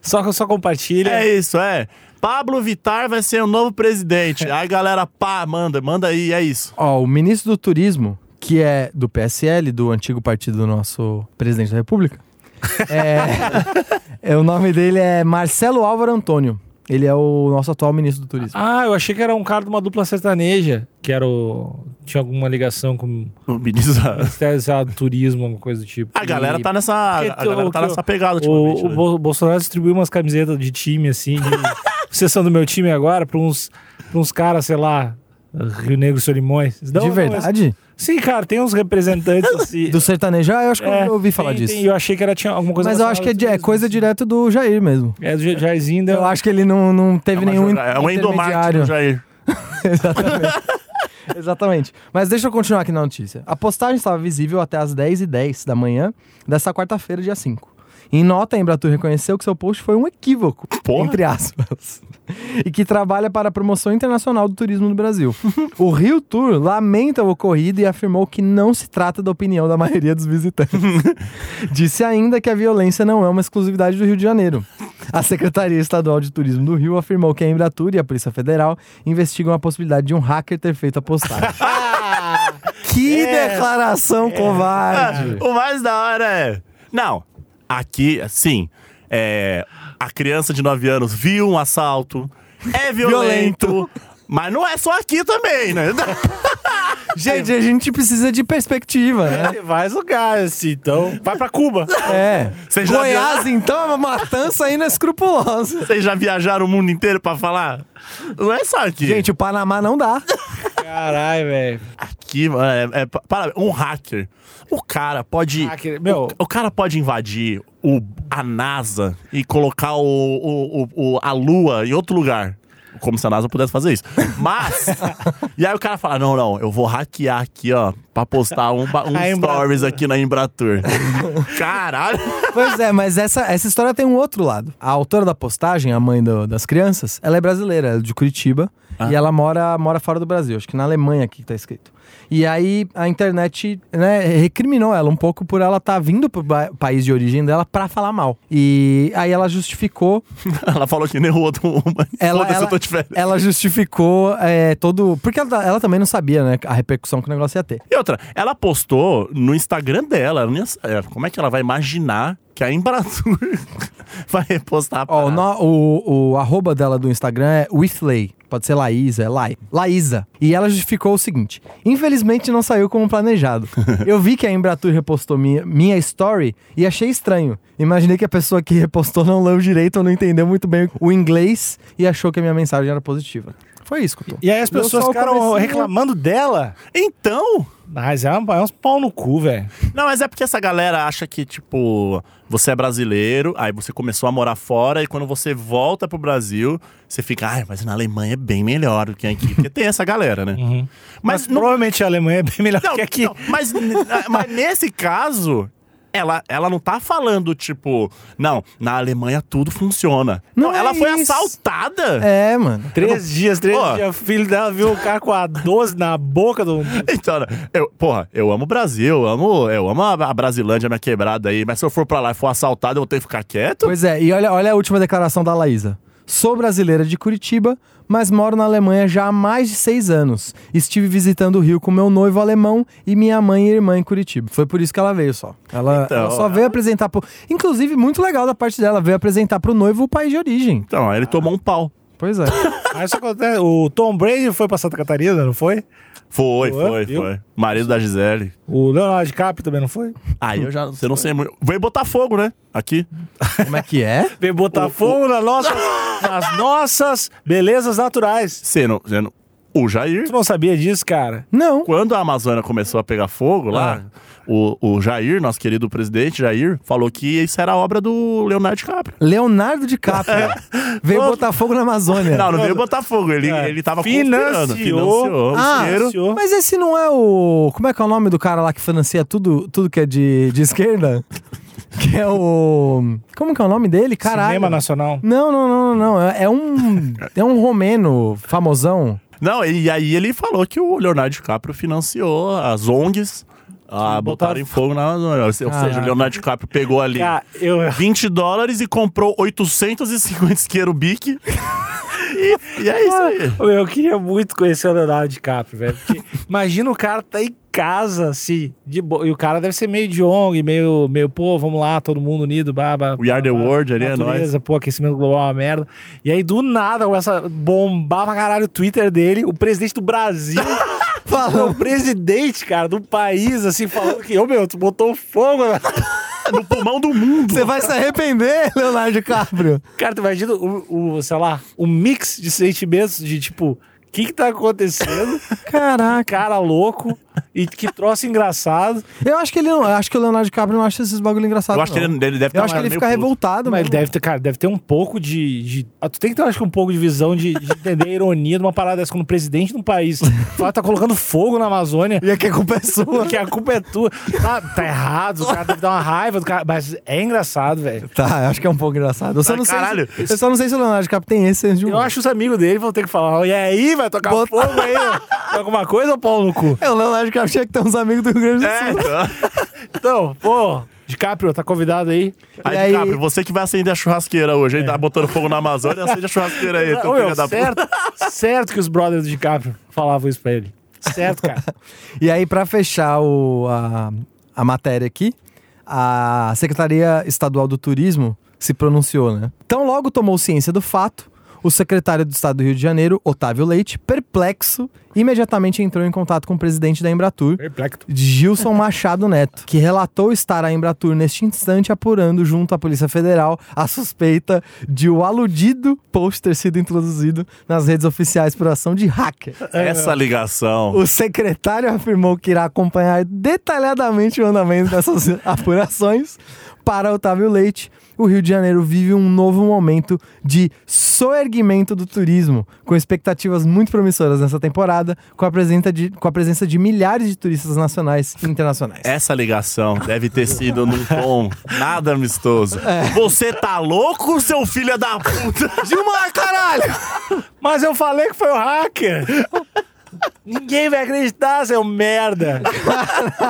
[SPEAKER 1] Só que eu só compartilho.
[SPEAKER 3] é isso, é. Pablo Vittar vai ser o novo presidente. Aí galera, pá, manda, manda aí, é isso.
[SPEAKER 2] Ó, o ministro do Turismo, que é do PSL, do antigo partido do nosso presidente da República, é, *laughs* é, o nome dele é Marcelo Álvaro Antônio. Ele é o nosso atual ministro do Turismo.
[SPEAKER 1] Ah, eu achei que era um cara de uma dupla sertaneja, que era o... tinha alguma ligação com o
[SPEAKER 3] O ministro da-
[SPEAKER 1] Ministério sei lá, do Turismo, alguma coisa do tipo.
[SPEAKER 3] A galera tá nessa.
[SPEAKER 1] Porque
[SPEAKER 3] A
[SPEAKER 1] tu-
[SPEAKER 3] galera tá
[SPEAKER 1] que
[SPEAKER 3] nessa pegada ultimamente.
[SPEAKER 1] O, o
[SPEAKER 3] né?
[SPEAKER 1] Bo- Bolsonaro distribuiu umas camisetas de time, assim, de
[SPEAKER 3] *laughs*
[SPEAKER 1] sessão do meu time agora, pra uns, pra uns caras, sei lá, Rio Negro Solimões. Então, Não,
[SPEAKER 2] de
[SPEAKER 1] não, mas-
[SPEAKER 2] verdade?
[SPEAKER 1] Sim, cara, tem uns
[SPEAKER 2] *laughs*
[SPEAKER 1] representantes assim.
[SPEAKER 2] Do sertanejo? Ah, eu acho que
[SPEAKER 1] É,
[SPEAKER 2] eu ouvi falar
[SPEAKER 1] tem-
[SPEAKER 2] disso.
[SPEAKER 1] tem- eu achei que era tinha alguma coisa
[SPEAKER 2] Mas eu acho que é,
[SPEAKER 1] relacionada ao
[SPEAKER 2] di- é coisa
[SPEAKER 1] turismo.
[SPEAKER 2] direto do Jair mesmo.
[SPEAKER 1] É do Ja- Jairzinho,
[SPEAKER 2] Eu
[SPEAKER 1] então-
[SPEAKER 2] acho que ele não, não teve
[SPEAKER 3] Mas
[SPEAKER 2] nenhum
[SPEAKER 3] É um endomarketing,
[SPEAKER 2] intermediário.
[SPEAKER 3] do Jair.
[SPEAKER 2] *laughs* Exatamente. Mas deixa eu continuar aqui na notícia. A postagem estava visível até as 10h10 da manhã dessa quarta-feira, dia 5. Em nota, a Embratur reconheceu que seu post foi um equívoco,
[SPEAKER 3] Porra.
[SPEAKER 2] entre aspas, e que trabalha para a promoção internacional do turismo no Brasil. o Rio Tour lamenta o ocorrido e afirmou que não se trata da opinião da maioria dos *laughs* visitantes. Disse ainda que a violência não é uma exclusividade do Rio de Janeiro. A Secretaria Estadual de Turismo do Rio afirmou que a Embratur e a Polícia Federal investigam a possibilidade de um hacker ter feito a *laughs* postagem. que declaração covarde!
[SPEAKER 3] *laughs* O mais da hora é. Não, aqui, assim, é, a criança de 9 anos viu um assalto, é violento, mas não é só aqui também, né? *laughs*
[SPEAKER 2] Gente, a gente precisa de perspectiva, né?
[SPEAKER 1] Tem vários lugares, assim, então. Vai pra Cuba.
[SPEAKER 2] É.
[SPEAKER 3] Vocês já
[SPEAKER 2] Goiás, então, é uma matança inescrupulosa.
[SPEAKER 3] Vocês já viajaram o mundo inteiro pra falar? Não é só aqui.
[SPEAKER 2] Gente, o Panamá não dá.
[SPEAKER 1] Caralho, velho.
[SPEAKER 3] aqui, mano, é, é, pa- para- um hacker. O cara pode.
[SPEAKER 1] Hacker, meu.
[SPEAKER 3] O, o cara pode invadir o, a NASA e colocar o, o- o- o- a Lua em outro lugar. Como se a NASA pudesse fazer isso. Mas.
[SPEAKER 2] *laughs*
[SPEAKER 3] e aí o cara fala: não, não, eu vou hackear aqui, ó, pra postar um,
[SPEAKER 2] *laughs*
[SPEAKER 3] ba- um
[SPEAKER 1] A Embratur.
[SPEAKER 3] stories aqui na Embratur. Caralho! *laughs*
[SPEAKER 2] Pois é, mas essa, essa história tem um outro lado. A autora da postagem, a mãe do- das crianças, ela é brasileira, ela é de Curitiba.
[SPEAKER 3] Ah.
[SPEAKER 2] E ela mora, mora fora do Brasil, acho que na Alemanha aqui que tá escrito. E aí a internet né, recriminou ela um pouco por ela estar tá vindo pro ba- país de origem dela pra falar mal. E aí ela justificou
[SPEAKER 3] Ela falou que nem o outro humano.
[SPEAKER 2] ela,
[SPEAKER 3] Foda-se,
[SPEAKER 2] ela,
[SPEAKER 3] eu tô de férias.
[SPEAKER 2] ela justificou é, todo. Porque ela, ela também não sabia, né? A repercussão que o negócio ia ter.
[SPEAKER 3] E outra, ela postou no Instagram dela. ela não ia sa- é, Como é que ela vai imaginar que a Embratur *laughs* vai repostar a
[SPEAKER 2] Ó, o
[SPEAKER 3] parada?
[SPEAKER 2] no- o, o arroba dela do Instagram é Withley. Pode ser Laísa, é Lai. Laísa. E ela justificou o seguinte: infelizmente não saiu como planejado. Eu vi que a Embratur repostou minha, minha story e achei estranho. Imaginei que a pessoa que repostou não leu direito ou não entendeu muito bem o inglês e achou que a minha mensagem era positiva. Foi isso, Couto.
[SPEAKER 1] E aí as
[SPEAKER 2] Leu
[SPEAKER 1] pessoas
[SPEAKER 2] só o
[SPEAKER 1] ficaram
[SPEAKER 2] comecinho. é-
[SPEAKER 1] reclamando dela.
[SPEAKER 3] Então.
[SPEAKER 1] Mas é, um, é uns pau no cu, velho.
[SPEAKER 3] Não, mas é porque essa galera acha que, tipo, você é brasileiro, aí você começou a morar fora, e quando você volta pro Brasil, você fica, ai, mas na Alemanha é bem melhor do que aqui. Porque tem essa galera, né?
[SPEAKER 1] Uhum. Mas,
[SPEAKER 3] Mas, não,
[SPEAKER 1] provavelmente a Alemanha é bem melhor
[SPEAKER 3] não,
[SPEAKER 1] que aqui.
[SPEAKER 3] não, mas, *laughs* mas nesse caso. Ela, ela não tá falando, tipo, não, na Alemanha tudo funciona.
[SPEAKER 2] Não
[SPEAKER 3] Não,
[SPEAKER 2] é
[SPEAKER 3] ela foi
[SPEAKER 2] isso.
[SPEAKER 3] assaltada.
[SPEAKER 2] É, mano.
[SPEAKER 1] Três dias, três
[SPEAKER 3] Ó.
[SPEAKER 1] dias, o filho dela viu o cara com a 12 na boca do.
[SPEAKER 3] Então, eu, porra, eu amo o Brasil, eu amo, eu amo a, a Brasilândia, minha quebrada aí, mas se eu for pra lá e for assaltado, eu vou ter que ficar quieto?
[SPEAKER 2] Pois é, e olha, olha a última declaração da Laísa. Sou brasileira de Curitiba, mas moro na Alemanha já há mais de seis anos. Estive visitando o Rio com meu noivo alemão e minha mãe e irmã em Curitiba. Foi por isso que ela veio só. Ela,
[SPEAKER 3] Então,
[SPEAKER 2] ela só veio apresentar pro. Inclusive, muito legal da parte dela, veio apresentar pro noivo o país de origem.
[SPEAKER 3] Então, aí ele tomou um pau. *laughs*
[SPEAKER 2] Pois é.
[SPEAKER 1] Aí isso acontece. O Tom Brady foi pra Santa Catarina, não foi? Foi,
[SPEAKER 3] Foi, foi,
[SPEAKER 1] viu?
[SPEAKER 3] foi. Marido da Gisele.
[SPEAKER 1] O Leonardo DiCaprio também não foi?
[SPEAKER 3] Aí eu já eu não sei muito. Veio Botafogo, né? Aqui.
[SPEAKER 2] Como é que é?
[SPEAKER 1] Vem Botafogo na nossa- nas nossas belezas naturais.
[SPEAKER 3] Sendo, sendo o Jair.
[SPEAKER 1] Tu não sabia disso, cara?
[SPEAKER 2] Não.
[SPEAKER 3] Quando a Amazônia começou a pegar fogo lá, o, o Jair, nosso querido presidente Jair, falou que isso era obra do Leonardo DiCaprio.
[SPEAKER 2] Leonardo
[SPEAKER 3] *laughs*
[SPEAKER 2] DiCaprio veio botar fogo na Amazônia.
[SPEAKER 3] Não, não veio Botafogo. Ele,
[SPEAKER 1] É.
[SPEAKER 3] ele tava
[SPEAKER 1] Financiou.
[SPEAKER 3] conspirando. Financiou.
[SPEAKER 2] Ah,
[SPEAKER 3] dinheiro.
[SPEAKER 1] senhor.
[SPEAKER 2] Mas esse não é o. Como é que é o nome do cara lá que financia tudo, tudo que é de, de esquerda? *laughs* Que é o. Como que é o nome dele? Caralho.
[SPEAKER 1] Cinema Nacional.
[SPEAKER 2] Não, não, não, não, não. É é um. É um romeno famosão.
[SPEAKER 3] Não, e aí ele falou que o Leonardo DiCaprio financiou as ONGs a botarem fogo na Amazônia. Ou seja,
[SPEAKER 2] Caraca.
[SPEAKER 3] o Leonardo DiCaprio pegou ali
[SPEAKER 1] Cara, eu.
[SPEAKER 3] 20 dólares e comprou 850 isqueiro Bic. *laughs* e, e é isso aí.
[SPEAKER 1] Ô, meu, Eu queria muito conhecer o Leonardo DiCaprio, velho. porque *laughs* imagina o cara tá em casa, assim, de bo... e o cara deve ser meio de ONG, meio, meio pô, vamos lá, todo mundo unido, baba.
[SPEAKER 3] We are the world, ali é nóis.
[SPEAKER 1] Natureza, pô, aquecimento global é uma merda. E aí, do nada, começa a bombar pra caralho o Twitter dele, o presidente do
[SPEAKER 3] *laughs*
[SPEAKER 1] Brasil. falou, o presidente, cara, do país, assim, falando que, ô meu, tu botou fogo. na- *laughs*
[SPEAKER 3] No pulmão do mundo.
[SPEAKER 2] Você vai se arrepender, *laughs* Leonardo DiCaprio.
[SPEAKER 1] Cara, tu imagina o, o, sei lá, o mix de sentimentos de tipo, o que que tá acontecendo?
[SPEAKER 2] Caraca.
[SPEAKER 1] cara louco e que troço engraçado.
[SPEAKER 2] Eu acho que ele não. Eu acho que o Leonardo DiCaprio não acha esses bagulho engraçado.
[SPEAKER 3] Eu acho que
[SPEAKER 2] não.
[SPEAKER 3] ele, ele deve
[SPEAKER 2] Eu
[SPEAKER 3] tá
[SPEAKER 2] acho que ele
[SPEAKER 3] meio
[SPEAKER 2] fica
[SPEAKER 3] puto.
[SPEAKER 2] revoltado,
[SPEAKER 1] Mas
[SPEAKER 2] mas
[SPEAKER 1] ele deve ter, cara, deve ter um pouco de. de- Ah, tu tem que ter, eu acho que um pouco de visão de, de entender a ironia de uma parada dessa quando o presidente de um país fala, tá colocando fogo na Amazônia.
[SPEAKER 2] E é que a culpa é sua.
[SPEAKER 1] Porque a culpa é tua. Tá, tá errado, o cara deve dar uma raiva do cara. Mas é engraçado, velho.
[SPEAKER 2] Tá, eu acho que é um pouco engraçado. Eu só,
[SPEAKER 3] Ah,
[SPEAKER 2] não, sei
[SPEAKER 3] caralho.
[SPEAKER 2] se, eu só não sei se o Leonardo DiCaprio tem esse senso de
[SPEAKER 1] Eu
[SPEAKER 2] humor.
[SPEAKER 1] acho que os amigos dele vão ter que falar: e aí, vai tocar
[SPEAKER 2] Bota-
[SPEAKER 1] fogo aí? ó? Tem alguma coisa ou pau no cu?
[SPEAKER 2] É, o Leonardo DiCaprio tinha que ter uns amigos do Rio Grande do Sul.
[SPEAKER 3] É, então.
[SPEAKER 1] Então, pô, DiCaprio, tá convidado aí.
[SPEAKER 3] Aí,
[SPEAKER 2] E aí- É.
[SPEAKER 3] DiCaprio, você que vai acender a churrasqueira hoje, aí tá botando fogo na Amazônia, acende a churrasqueira aí,
[SPEAKER 1] Ô,
[SPEAKER 3] teu
[SPEAKER 1] meu,
[SPEAKER 3] filho da puta.
[SPEAKER 1] certo, certo que os brothers do DiCaprio falavam isso pra ele. Certo, cara.
[SPEAKER 2] E aí, pra fechar o- a, a matéria aqui, a Secretaria Estadual do Turismo se pronunciou, né? Então, logo tomou ciência do fato, o secretário do Estado do Rio de Janeiro, Otávio Leite, perplexo, imediatamente entrou em contato com o presidente da Embratur,
[SPEAKER 1] Perplexo.
[SPEAKER 2] Gilson Machado Neto, que relatou estar à Embratur neste instante apurando junto à Polícia Federal a suspeita de o aludido post ter sido introduzido nas redes oficiais por ação de hacker.
[SPEAKER 3] Essa ligação.
[SPEAKER 2] é. O secretário afirmou que irá acompanhar detalhadamente o andamento dessas *laughs* apurações. Para Otávio Leite, o Rio de Janeiro vive um novo momento de soerguimento do turismo, com expectativas muito promissoras nessa temporada, com a presença de, com a presença de milhares de turistas nacionais e internacionais.
[SPEAKER 3] Essa ligação deve ter sido num tom nada
[SPEAKER 2] É.
[SPEAKER 3] amistoso. Você tá louco, seu filho da puta?
[SPEAKER 2] Gilmar, caralho!
[SPEAKER 1] Mas eu falei que foi o hacker. Ninguém vai acreditar, seu merda.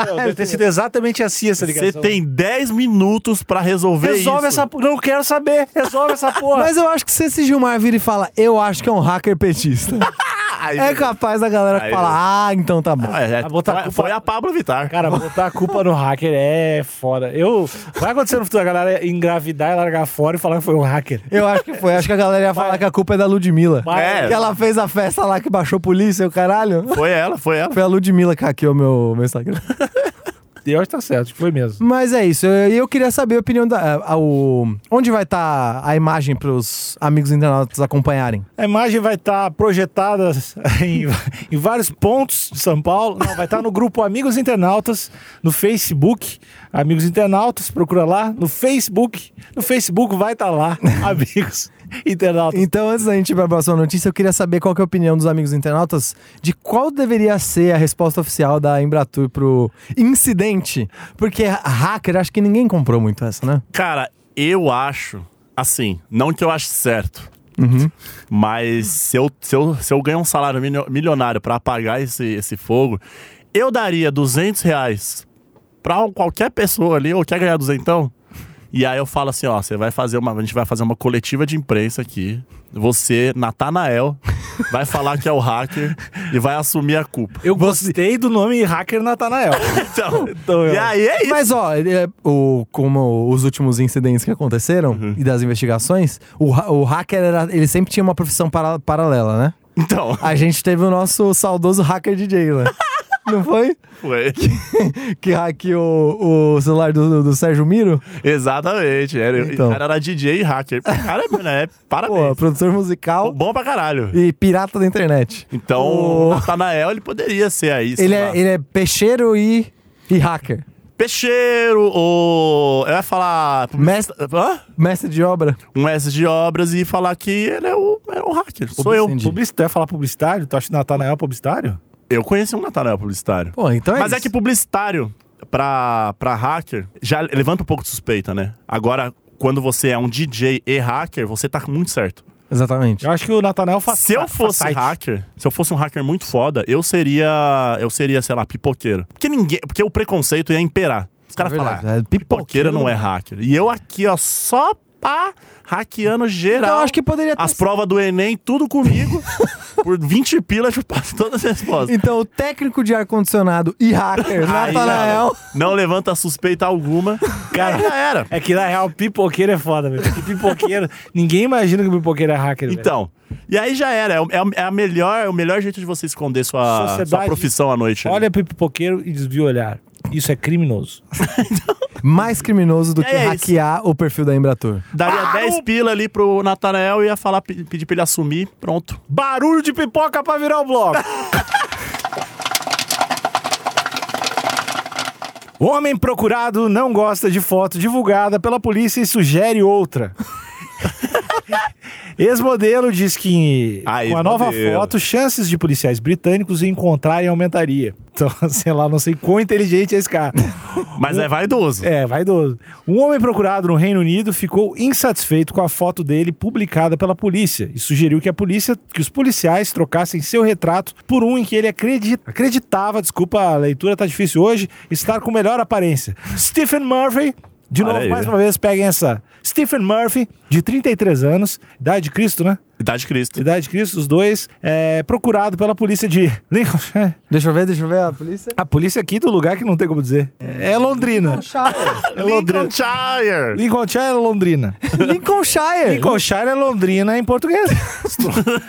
[SPEAKER 1] Meu, Deve ter sido exatamente assim essa
[SPEAKER 3] Você
[SPEAKER 1] ligação.
[SPEAKER 3] tem 10 minutos pra resolver
[SPEAKER 1] Resolve
[SPEAKER 3] isso.
[SPEAKER 1] essa porra. Não quero saber. Resolve essa porra.
[SPEAKER 2] Mas eu acho que se esse Gilmar vira e fala, eu acho que é um hacker petista,
[SPEAKER 3] *laughs* Ai,
[SPEAKER 2] é capaz da galera
[SPEAKER 3] Aí-
[SPEAKER 2] falar, ah, então tá bom.
[SPEAKER 3] Ah, é,
[SPEAKER 1] Ah, botar
[SPEAKER 3] foi-
[SPEAKER 1] a culpa-
[SPEAKER 3] Foi a Pablo Vittar.
[SPEAKER 1] Cara, botar a culpa no hacker é foda. Eu... Vai acontecer no futuro a galera engravidar e largar fora e falar que foi um hacker.
[SPEAKER 2] Eu acho que foi, acho que a galera ia falar
[SPEAKER 1] Vai.
[SPEAKER 2] que a culpa é da Ludmilla.
[SPEAKER 1] Vai.
[SPEAKER 3] É.
[SPEAKER 2] Que ela fez a festa lá que baixou polícia, o caralho. *laughs*
[SPEAKER 3] Foi ela, foi ela.
[SPEAKER 2] Foi a Ludmilla que hackeou meu, meu Instagram. *laughs*
[SPEAKER 1] E eu acho que tá certo, foi mesmo.
[SPEAKER 2] Mas é isso, eu, eu queria saber a opinião da. a- o, onde vai estar a imagem pros amigos internautas acompanharem?
[SPEAKER 1] A imagem vai estar projetada *laughs* em, em vários pontos de São Paulo. Não, vai estar no grupo Amigos Internautas, no Facebook. Amigos Internautas, procura lá. No Facebook. No Facebook vai estar lá. *laughs* Amigos Internautas.
[SPEAKER 2] Então, antes da gente ir pra próxima notícia, eu queria saber qual que é a opinião dos amigos internautas de qual deveria ser a resposta oficial da Embratur pro incidente. Porque hacker, acho que ninguém comprou muito essa, né?
[SPEAKER 3] Cara, eu acho, assim, não que eu ache certo, mas se eu, se, eu, se eu ganho um salário milio- milionário pra apagar esse, esse fogo, eu daria 200 reais pra um- qualquer pessoa ali, ou quer ganhar duzentão, e aí eu falo assim, ó, você vai fazer uma, a gente vai fazer uma coletiva de imprensa aqui, você, Natanael, vai falar que é o hacker e vai assumir a culpa.
[SPEAKER 1] Eu gostei do nome hacker Natanael.
[SPEAKER 3] Então,
[SPEAKER 1] Então,
[SPEAKER 3] e
[SPEAKER 1] eu-
[SPEAKER 3] aí é isso.
[SPEAKER 2] *laughs* Mas, ó, ele é- o, como os últimos incidentes que aconteceram e das investigações, o, ha- o hacker era, ele sempre tinha uma profissão para- paralela, né?
[SPEAKER 3] Então,
[SPEAKER 2] A gente teve o nosso saudoso hacker DJ *laughs* lá. Não foi?
[SPEAKER 3] foi.
[SPEAKER 2] *laughs* Que hackeou o celular do, do Sérgio Miro?
[SPEAKER 3] Exatamente. Era,
[SPEAKER 2] Então.
[SPEAKER 3] O cara era DJ e hacker. Cara, né?
[SPEAKER 2] Pô,
[SPEAKER 3] Parabéns.
[SPEAKER 2] produtor musical
[SPEAKER 3] Bom pra caralho.
[SPEAKER 2] e pirata da internet.
[SPEAKER 3] Então,
[SPEAKER 2] O-
[SPEAKER 3] o Natanael, ele poderia ser aí. sei
[SPEAKER 2] Ele
[SPEAKER 3] lá,
[SPEAKER 2] é, ele é peixeiro e, e hacker.
[SPEAKER 3] Peixeiro, ou. Eu ia falar.
[SPEAKER 2] Mestre,
[SPEAKER 3] Hã?
[SPEAKER 2] mestre de obra.
[SPEAKER 3] Um S de obras e falar que ele é o, é o hacker. Sou eu.
[SPEAKER 2] Entendi.
[SPEAKER 1] Publicitário, ia falar publicitário? Tu acha que Natanael é publicitário?
[SPEAKER 3] Eu conheci um Natanael publicitário.
[SPEAKER 2] Pô, então é
[SPEAKER 3] Mas é
[SPEAKER 2] isso.
[SPEAKER 3] que publicitário pra, pra hacker já levanta um pouco de suspeita, né? Agora, quando você é um DJ e hacker, você tá muito certo.
[SPEAKER 2] Exatamente.
[SPEAKER 1] Eu acho que o Natanael faz.
[SPEAKER 3] Se eu
[SPEAKER 1] faz
[SPEAKER 3] fosse
[SPEAKER 1] site.
[SPEAKER 3] hacker, se eu fosse um hacker muito foda, eu seria, eu seria, sei lá, pipoqueiro. Porque ninguém, porque o preconceito ia imperar. Os caras
[SPEAKER 2] É verdade,
[SPEAKER 3] falaram,
[SPEAKER 2] é pipoqueiro
[SPEAKER 3] pipoqueiro não é hacker. E eu aqui, ó, só pá, hackeando geral.
[SPEAKER 2] Então eu acho que poderia ter
[SPEAKER 3] as provas do ENEM
[SPEAKER 2] *laughs*
[SPEAKER 3] tudo comigo. por 20 pilas eu passo todas as respostas.
[SPEAKER 2] Então, o técnico de ar-condicionado e *laughs* hacker,
[SPEAKER 3] Aí já
[SPEAKER 2] Então, Natanael.
[SPEAKER 3] Não levanta suspeita alguma. Cara, já era.
[SPEAKER 1] É que na real, pipoqueiro é foda, velho. Porque pipoqueiro. *laughs* ninguém imagina que pipoqueiro é hacker. velho.
[SPEAKER 3] Então, e aí já era. É, o- é a- é a melhor, é o melhor jeito de você esconder sua, sua
[SPEAKER 1] Sociedade-
[SPEAKER 3] profissão à noite. né?
[SPEAKER 1] Olha pro pipoqueiro e desvia o olhar. Isso é criminoso.
[SPEAKER 2] Mais criminoso do que
[SPEAKER 3] É isso.
[SPEAKER 2] hackear o perfil da Embratur.
[SPEAKER 3] Daria 10 pila ali pro Natanael e ia falar, pe- pedir pra ele assumir, pronto.
[SPEAKER 1] Barulho de pipoca pra virar o bloco. *laughs* Homem procurado não gosta de foto divulgada pela polícia e sugere *laughs* outra. Ex-modelo diz que
[SPEAKER 3] Ah,
[SPEAKER 1] com a nova
[SPEAKER 3] ex-modelo.
[SPEAKER 1] foto, chances de policiais britânicos encontrarem aumentaria. Então, *laughs* sei lá, não sei quão inteligente é esse cara.
[SPEAKER 3] Mas é vaidoso.
[SPEAKER 1] É, vaidoso. Um homem procurado no Reino Unido ficou insatisfeito com a foto dele publicada pela polícia e sugeriu que a polícia, que os policiais trocassem seu retrato por um em que ele acredi- acreditava, desculpa, a leitura tá difícil hoje, estar com melhor aparência. Stephen Murphy, de
[SPEAKER 3] Olha
[SPEAKER 1] novo,
[SPEAKER 3] aí. né?
[SPEAKER 1] mais uma vez, peguem essa. Stephen Murphy, de 33 anos, idade de Cristo, né?
[SPEAKER 3] Idade de Cristo.
[SPEAKER 1] Idade de Cristo, os dois, é, procurado pela polícia de *laughs* Lincolnshire.
[SPEAKER 2] Deixa eu ver, deixa eu ver a polícia.
[SPEAKER 1] A polícia aqui do lugar que não tem como dizer. É Londrina. É Londrina.
[SPEAKER 3] Lincolnshire!
[SPEAKER 1] Lincolnshire é Londrina.
[SPEAKER 2] Lincolnshire.
[SPEAKER 1] Lincolnshire é Londrina em português.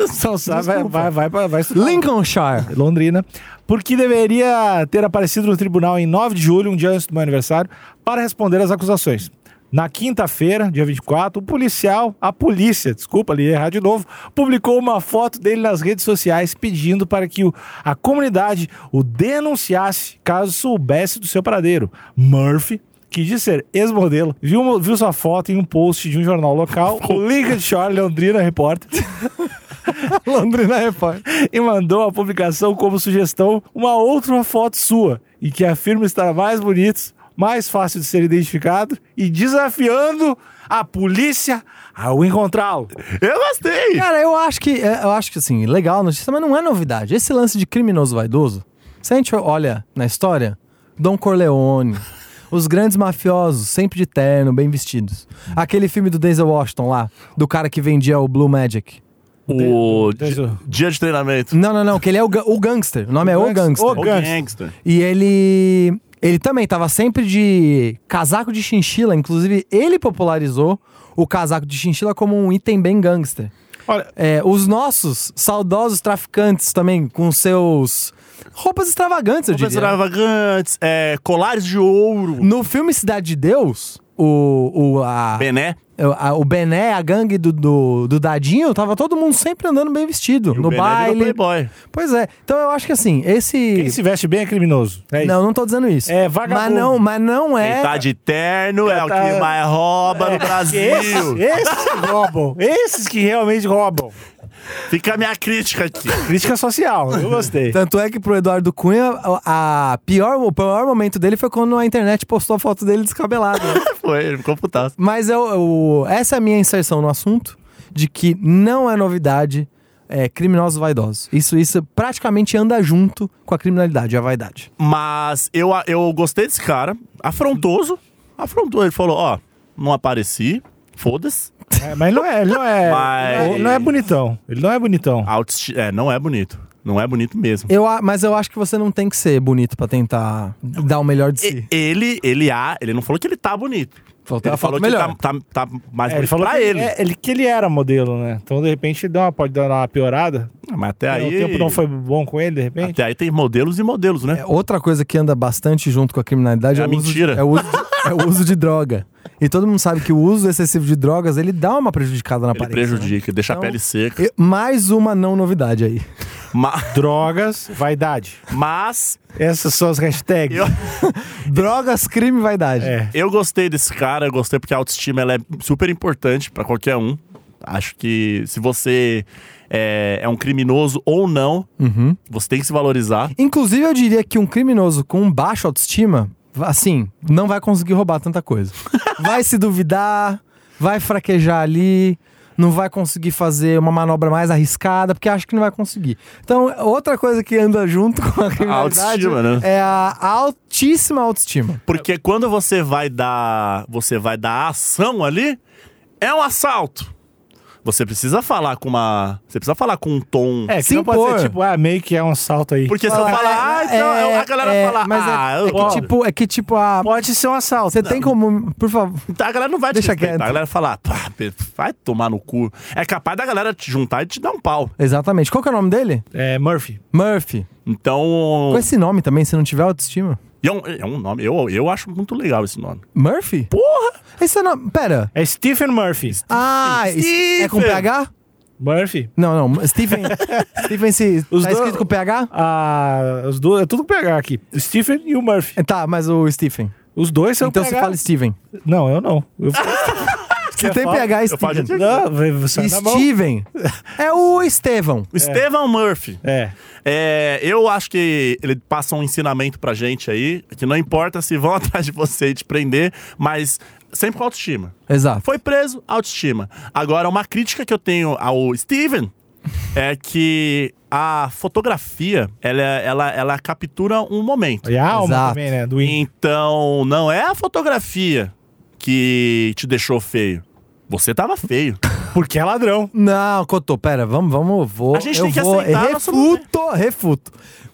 [SPEAKER 1] Só sabe, vai, vai, vai, pra- vai estudar.
[SPEAKER 2] *laughs* Lincolnshire.
[SPEAKER 1] Londrina. Porque deveria ter aparecido no tribunal em 9 de julho, um dia antes do meu aniversário, para responder às acusações. Na quinta-feira, dia 24, o policial, a polícia, desculpa ali errar de novo, publicou uma foto dele nas redes sociais pedindo para que o- a comunidade o denunciasse caso soubesse do seu paradeiro. Murphy, que diz ser ex-modelo, viu, uma- viu sua foto em um post de um jornal local, o Lincolnshire Londrina Repórter,
[SPEAKER 2] Londrina Repórter.
[SPEAKER 1] *laughs* e mandou a publicação como sugestão uma outra foto sua e que afirma estar mais bonitos, mais fácil de ser identificado e desafiando a polícia ao encontrá-lo.
[SPEAKER 3] Eu gostei!
[SPEAKER 2] Cara, eu acho que, é, eu acho que assim, legal a notícia, mas não é novidade. Esse lance de criminoso vaidoso, se a gente olha na história, Dom Corleone, os grandes mafiosos, sempre de terno, bem vestidos. Aquele filme do Denzel Washington lá, do cara que vendia o Blue Magic.
[SPEAKER 3] O
[SPEAKER 1] Deus,
[SPEAKER 3] di-
[SPEAKER 1] eu-
[SPEAKER 3] dia de treinamento.
[SPEAKER 2] Não, não, não, que ele é o, ga- o gangster. O nome é O
[SPEAKER 1] Gangster.
[SPEAKER 2] Gangster.
[SPEAKER 1] O
[SPEAKER 3] O gangster.
[SPEAKER 2] E ele. Ele também tava sempre de casaco de chinchila. Inclusive, ele popularizou o casaco de chinchila como um item bem gangster.
[SPEAKER 1] Olha,
[SPEAKER 2] É, os nossos saudosos traficantes também, com seus roupas extravagantes, eu
[SPEAKER 3] Roupas
[SPEAKER 2] diria.
[SPEAKER 3] extravagantes, é, colares de ouro.
[SPEAKER 2] No filme Cidade de Deus, o, o, a,
[SPEAKER 3] Bené.
[SPEAKER 2] a- o Bené, a gangue do, do, do Dadinho, tava todo mundo sempre andando bem vestido.
[SPEAKER 3] E o
[SPEAKER 2] no
[SPEAKER 3] Bené
[SPEAKER 2] baile.
[SPEAKER 3] virou Playboy.
[SPEAKER 2] Pois é. Então eu acho que assim,
[SPEAKER 1] quem
[SPEAKER 2] esse.
[SPEAKER 1] se veste bem é criminoso. É isso.
[SPEAKER 2] Não, não tô dizendo isso.
[SPEAKER 1] É vagabundo.
[SPEAKER 2] Mas não, mas não é.
[SPEAKER 3] Quem tá de terno é o
[SPEAKER 1] tá-
[SPEAKER 3] que mais rouba no Brasil.
[SPEAKER 1] Esses, esses que roubam. Esses que realmente roubam.
[SPEAKER 3] Fica a minha crítica aqui.
[SPEAKER 1] Crítica social, eu gostei.
[SPEAKER 2] Tanto é que pro Eduardo Cunha, a a pior, o pior momento dele foi quando a internet postou a foto dele
[SPEAKER 3] *laughs*
[SPEAKER 2] descabelado. né?
[SPEAKER 3] *laughs* Foi, ele ficou putaço.
[SPEAKER 2] Mas eu, eu- essa é a minha inserção no assunto, de que não é novidade é, criminosos vaidosos. Isso, isso praticamente anda junto com a criminalidade, a vaidade.
[SPEAKER 3] Mas eu, eu gostei desse cara. Afrontoso. Afrontou. Ele falou, ó, não apareci. Foda-se.
[SPEAKER 1] *laughs* É, mas não é, ele não é,
[SPEAKER 3] Mas-
[SPEAKER 1] não é- não é bonitão. Ele não é bonitão.
[SPEAKER 3] Autoesti- É, não é bonito. Não é bonito mesmo.
[SPEAKER 2] Eu, a- mas eu acho que você não tem que ser bonito pra tentar dar o melhor de
[SPEAKER 3] E-
[SPEAKER 2] si.
[SPEAKER 3] Ele, ele, ah, ele não falou que ele tá bonito.
[SPEAKER 2] Faltou
[SPEAKER 3] ele
[SPEAKER 2] a foto
[SPEAKER 3] falou
[SPEAKER 2] melhor.
[SPEAKER 3] que tá, tá, tá mais
[SPEAKER 1] É,
[SPEAKER 3] bonito
[SPEAKER 1] ele falou
[SPEAKER 3] pra
[SPEAKER 1] que
[SPEAKER 3] ele.
[SPEAKER 1] é- ele- que ele era modelo, né? Então, de repente, deu uma, pode dar uma piorada.
[SPEAKER 3] Mas até aí.
[SPEAKER 1] é, O tempo não foi bom com ele, de repente.
[SPEAKER 3] Até aí tem modelos e modelos, né?
[SPEAKER 2] É, Outra coisa que anda bastante junto com a criminalidade
[SPEAKER 3] É
[SPEAKER 2] é,
[SPEAKER 3] a
[SPEAKER 2] o, uso de,
[SPEAKER 3] mentira.
[SPEAKER 2] é, o uso de, é o uso de droga. E todo mundo sabe que o uso excessivo de drogas, ele dá uma prejudicada na
[SPEAKER 3] Ele
[SPEAKER 2] aparência.
[SPEAKER 1] né?
[SPEAKER 3] prejudica, deixa a
[SPEAKER 2] Então,
[SPEAKER 3] pele seca.
[SPEAKER 2] E mais uma não novidade aí. *laughs*
[SPEAKER 3] Ma-
[SPEAKER 1] Drogas, vaidade.
[SPEAKER 3] Mas
[SPEAKER 1] Essas são as hashtags.
[SPEAKER 3] eu,
[SPEAKER 2] Drogas, crime, vaidade.
[SPEAKER 1] É.
[SPEAKER 3] eu gostei desse cara, eu gostei porque a autoestima ela é super importante pra qualquer um. Acho que se você é, é um criminoso ou não, você tem que se valorizar.
[SPEAKER 2] Inclusive, eu diria que um criminoso com baixa autoestima, assim, não vai conseguir roubar tanta
[SPEAKER 3] *laughs*
[SPEAKER 2] coisa. Vai se duvidar, vai fraquejar ali, não vai conseguir fazer uma manobra mais arriscada, porque acha que não vai conseguir. Então, outra coisa que anda junto *laughs* com a criminalidade
[SPEAKER 3] autoestima, né?
[SPEAKER 2] é a altíssima autoestima.
[SPEAKER 3] Porque quando você vai dar. Você vai dar ação ali, é um assalto. Você precisa falar com uma. Você precisa falar com um tom.
[SPEAKER 1] É, que
[SPEAKER 2] Se
[SPEAKER 1] não pode
[SPEAKER 2] impor.
[SPEAKER 1] ser tipo, ah, meio que é um salto aí.
[SPEAKER 3] Porque se eu
[SPEAKER 2] Fala,
[SPEAKER 3] falar, ah, então
[SPEAKER 2] é,
[SPEAKER 3] a galera
[SPEAKER 2] é,
[SPEAKER 3] fala,
[SPEAKER 2] mas é-
[SPEAKER 3] ah,
[SPEAKER 2] é,
[SPEAKER 3] eu
[SPEAKER 2] que tipo, é que tipo a...
[SPEAKER 1] Pode ser um assalto.
[SPEAKER 2] Você tem como... Por favor.
[SPEAKER 3] Então a galera não vai te
[SPEAKER 2] Deixa
[SPEAKER 3] respeitar.
[SPEAKER 2] quieto.
[SPEAKER 3] A galera fala, "Pá, Pedro, vai tomar no cu. É capaz da galera te juntar e te dar um pau.
[SPEAKER 2] Exatamente. Qual que é o nome dele?
[SPEAKER 1] É, Murphy.
[SPEAKER 2] Murphy.
[SPEAKER 3] Então.
[SPEAKER 2] Com esse nome também, se não tiver autoestima.
[SPEAKER 3] e É um, é um nome. Eu, eu acho muito legal esse nome.
[SPEAKER 2] Murphy?
[SPEAKER 3] Porra!
[SPEAKER 2] Esse é nome. Pera.
[SPEAKER 1] É Stephen Murphy.
[SPEAKER 2] Ah,
[SPEAKER 3] Stephen.
[SPEAKER 2] é com PH?
[SPEAKER 1] Murphy.
[SPEAKER 2] Não, não.
[SPEAKER 3] *laughs*
[SPEAKER 2] Stephen. Stephen se.
[SPEAKER 1] Os
[SPEAKER 2] tá
[SPEAKER 1] dois-
[SPEAKER 2] escrito com PH?
[SPEAKER 1] Ah, os dois, é tudo PH aqui. Stephen e o Murphy.
[SPEAKER 2] É, Tá, mas o Stephen.
[SPEAKER 1] Os dois são
[SPEAKER 2] então
[SPEAKER 1] PH.
[SPEAKER 2] você fala Steven.
[SPEAKER 1] Não, eu não. Eu falo...
[SPEAKER 3] *laughs*
[SPEAKER 2] Se
[SPEAKER 1] Você
[SPEAKER 2] tem
[SPEAKER 1] fala-
[SPEAKER 2] PH, é
[SPEAKER 3] eu falo
[SPEAKER 2] Steven.
[SPEAKER 3] Tá de-
[SPEAKER 1] Não, você na mão.
[SPEAKER 2] Steven. É
[SPEAKER 3] *laughs*
[SPEAKER 2] o Estevão.
[SPEAKER 3] Estevão Murphy.
[SPEAKER 1] É.
[SPEAKER 3] É, eu acho que ele passa um ensinamento pra gente aí, que não importa se vão *laughs* atrás de você e te prender, mas sempre com autoestima.
[SPEAKER 2] Exato.
[SPEAKER 3] Foi preso, autoestima. Agora, uma crítica que eu tenho ao Steven *laughs* é que a fotografia, ela, ela, ela captura um momento.
[SPEAKER 1] E a alma
[SPEAKER 2] Exato.
[SPEAKER 1] também, né? Do índio.
[SPEAKER 3] Então, não é a fotografia que te deixou feio. Você tava feio.
[SPEAKER 2] *laughs*
[SPEAKER 1] Porque é ladrão.
[SPEAKER 2] Não, Cotô, pera, vamos, vamos, vou.
[SPEAKER 3] A gente
[SPEAKER 2] eu
[SPEAKER 3] tem que
[SPEAKER 2] vou,
[SPEAKER 3] aceitar a nossa
[SPEAKER 2] Refuto, refuto.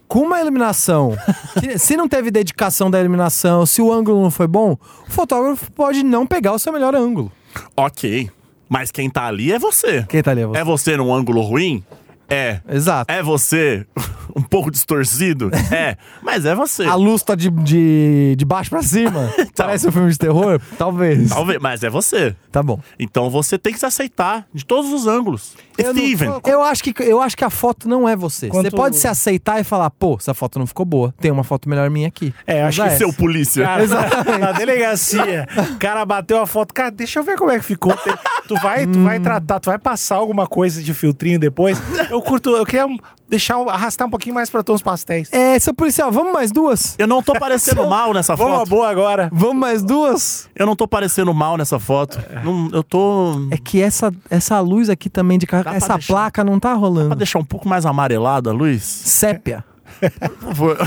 [SPEAKER 2] Com uma iluminação, que- se não teve dedicação da iluminação, se o ângulo não foi bom, o fotógrafo pode não pegar o seu melhor ângulo.
[SPEAKER 3] ok. Mas quem tá ali é você.
[SPEAKER 2] Quem tá ali? É você.
[SPEAKER 3] É você num ângulo ruim? É.
[SPEAKER 2] Exato.
[SPEAKER 3] É você *laughs* um pouco distorcido? É. Mas é você.
[SPEAKER 2] A luz tá de, de, de baixo
[SPEAKER 1] *laughs*
[SPEAKER 2] pra cima.
[SPEAKER 1] Então.
[SPEAKER 2] Parece um filme de terror? Talvez.
[SPEAKER 3] Talvez, mas é você.
[SPEAKER 2] Tá bom.
[SPEAKER 3] Então você tem que se aceitar de todos os ângulos.
[SPEAKER 2] Eu não-
[SPEAKER 3] Steven.
[SPEAKER 2] eu, acho que, eu acho que a foto não é você. Você
[SPEAKER 1] Quanto-
[SPEAKER 2] pode se aceitar e falar, pô, essa foto não ficou boa. Tem uma foto melhor minha aqui.
[SPEAKER 1] É, acho
[SPEAKER 2] Mas
[SPEAKER 1] que
[SPEAKER 2] é.
[SPEAKER 3] Seu polícia.
[SPEAKER 1] Cara, na delegacia, o cara bateu a foto. Cara, deixa eu ver como é que ficou. Tem, Tu vai, tu
[SPEAKER 3] Hum.
[SPEAKER 1] vai tratar, tu vai passar alguma coisa de filtrinho depois. Eu curto, eu queria deixar, arrastar um pouquinho mais pra tons pastéis.
[SPEAKER 2] É, seu policial, vamos mais duas?
[SPEAKER 3] Eu não
[SPEAKER 2] *laughs*
[SPEAKER 3] tô parecendo mal nessa
[SPEAKER 1] Vamos à
[SPEAKER 3] É, foto.
[SPEAKER 1] boa agora.
[SPEAKER 2] Vamos mais duas?
[SPEAKER 3] Eu não tô parecendo mal nessa foto. Não- eu tô.
[SPEAKER 2] É que essa, essa luz aqui também de carro,
[SPEAKER 3] pra
[SPEAKER 2] essa
[SPEAKER 3] deixar-
[SPEAKER 2] placa não tá
[SPEAKER 3] Pra
[SPEAKER 2] rolando.
[SPEAKER 3] deixar um pouco mais amarelada a luz?
[SPEAKER 2] Sépia.
[SPEAKER 3] Por
[SPEAKER 2] *laughs*
[SPEAKER 3] favor.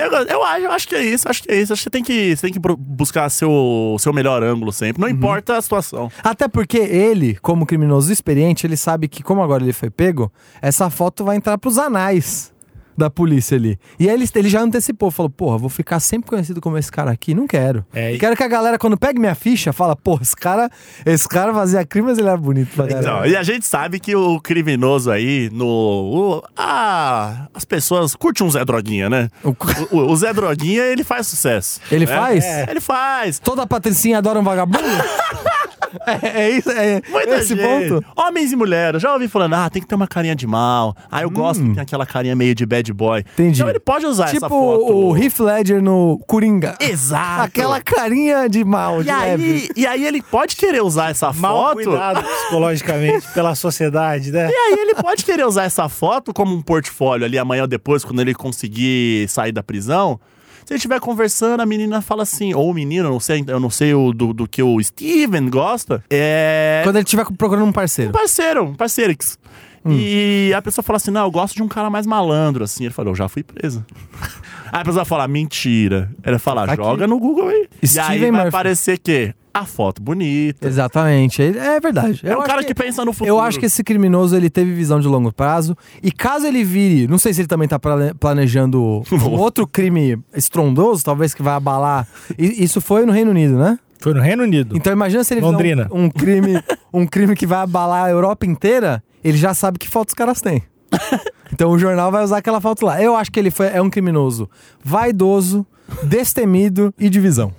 [SPEAKER 3] eu, eu acho, eu acho que é isso, acho que é isso. Acho que você tem que, você tem que bru- buscar seu, seu melhor ângulo sempre. Não
[SPEAKER 2] Uhum.
[SPEAKER 3] importa a situação.
[SPEAKER 2] Até porque ele, como criminoso experiente, ele sabe que, como agora ele foi pego, essa foto vai entrar pros anais da polícia ali. E aí ele, ele já antecipou, falou, porra, vou ficar sempre conhecido como esse cara aqui, não quero.
[SPEAKER 1] É, e-
[SPEAKER 2] quero que a galera, quando pegue minha ficha, fala, porra, esse cara, esse cara fazia crime, mas ele era bonito pra galera.
[SPEAKER 3] Então, e a gente sabe que o criminoso aí, no. o- ah, as pessoas curtem um Zé Droguinha, né?
[SPEAKER 2] O-
[SPEAKER 3] O, o Zé Droguinha, ele faz sucesso.
[SPEAKER 2] Ele
[SPEAKER 3] né?
[SPEAKER 2] faz?
[SPEAKER 3] É, Ele faz.
[SPEAKER 2] Toda patricinha adora um
[SPEAKER 3] *laughs*
[SPEAKER 2] vagabundo? é, é isso, é
[SPEAKER 3] Muita
[SPEAKER 2] esse
[SPEAKER 3] gente.
[SPEAKER 2] ponto?
[SPEAKER 3] Homens e mulheres, eu já ouvi falando, ah, tem que ter uma carinha de mal. Ah, eu gosto que tem aquela carinha meio de bad boy.
[SPEAKER 2] Hum. Entendi.
[SPEAKER 3] Então ele pode usar essa
[SPEAKER 2] Tipo
[SPEAKER 3] foto.
[SPEAKER 2] o Heath Ledger no Coringa.
[SPEAKER 3] Exato.
[SPEAKER 2] Aquela carinha de mal,
[SPEAKER 3] E
[SPEAKER 2] de leve.
[SPEAKER 3] aí, e aí ele pode querer usar essa
[SPEAKER 1] Mal
[SPEAKER 3] foto.
[SPEAKER 1] cuidado psicologicamente pela sociedade, né?
[SPEAKER 3] E aí ele pode querer usar essa foto como um portfólio ali amanhã ou depois, quando ele conseguir sair da prisão. Se ele estiver conversando, a menina fala assim, ou o menino, eu não sei, eu não sei o, do, do que o Steven gosta. É.
[SPEAKER 2] Quando Hum. ele estiver procurando um parceiro.
[SPEAKER 3] Um parceiro, um parceiro. E a pessoa fala assim: não, eu gosto de um cara mais malandro, assim. Ele falou, eu já
[SPEAKER 2] *laughs*
[SPEAKER 3] fui preso. Aí a pessoa fala, mentira. Ela fala,
[SPEAKER 2] Tá Aqui.
[SPEAKER 3] joga no Google aí. e aí
[SPEAKER 2] Steven
[SPEAKER 3] vai
[SPEAKER 2] Murphy.
[SPEAKER 3] aparecer que a foto bonita.
[SPEAKER 2] Exatamente, ele- é verdade.
[SPEAKER 3] É
[SPEAKER 2] Eu
[SPEAKER 3] um
[SPEAKER 2] acho
[SPEAKER 3] cara que... pensa no futuro.
[SPEAKER 2] Eu acho que esse criminoso ele teve visão de longo prazo e caso ele vire, não sei se ele também tá plane-
[SPEAKER 3] *laughs*
[SPEAKER 2] planejando um outro crime estrondoso, talvez que vai abalar. I- Isso foi no Reino Unido, né?
[SPEAKER 1] Foi no Reino Unido.
[SPEAKER 2] Então imagina se ele fizer um-
[SPEAKER 1] Londrina.
[SPEAKER 2] um, crime, um crime que vai abalar a Europa inteira, ele já sabe que foto os caras
[SPEAKER 3] *laughs*
[SPEAKER 2] têm. Então o jornal vai usar aquela foto lá. Eu acho que ele foi, é um criminoso vaidoso, destemido e de visão.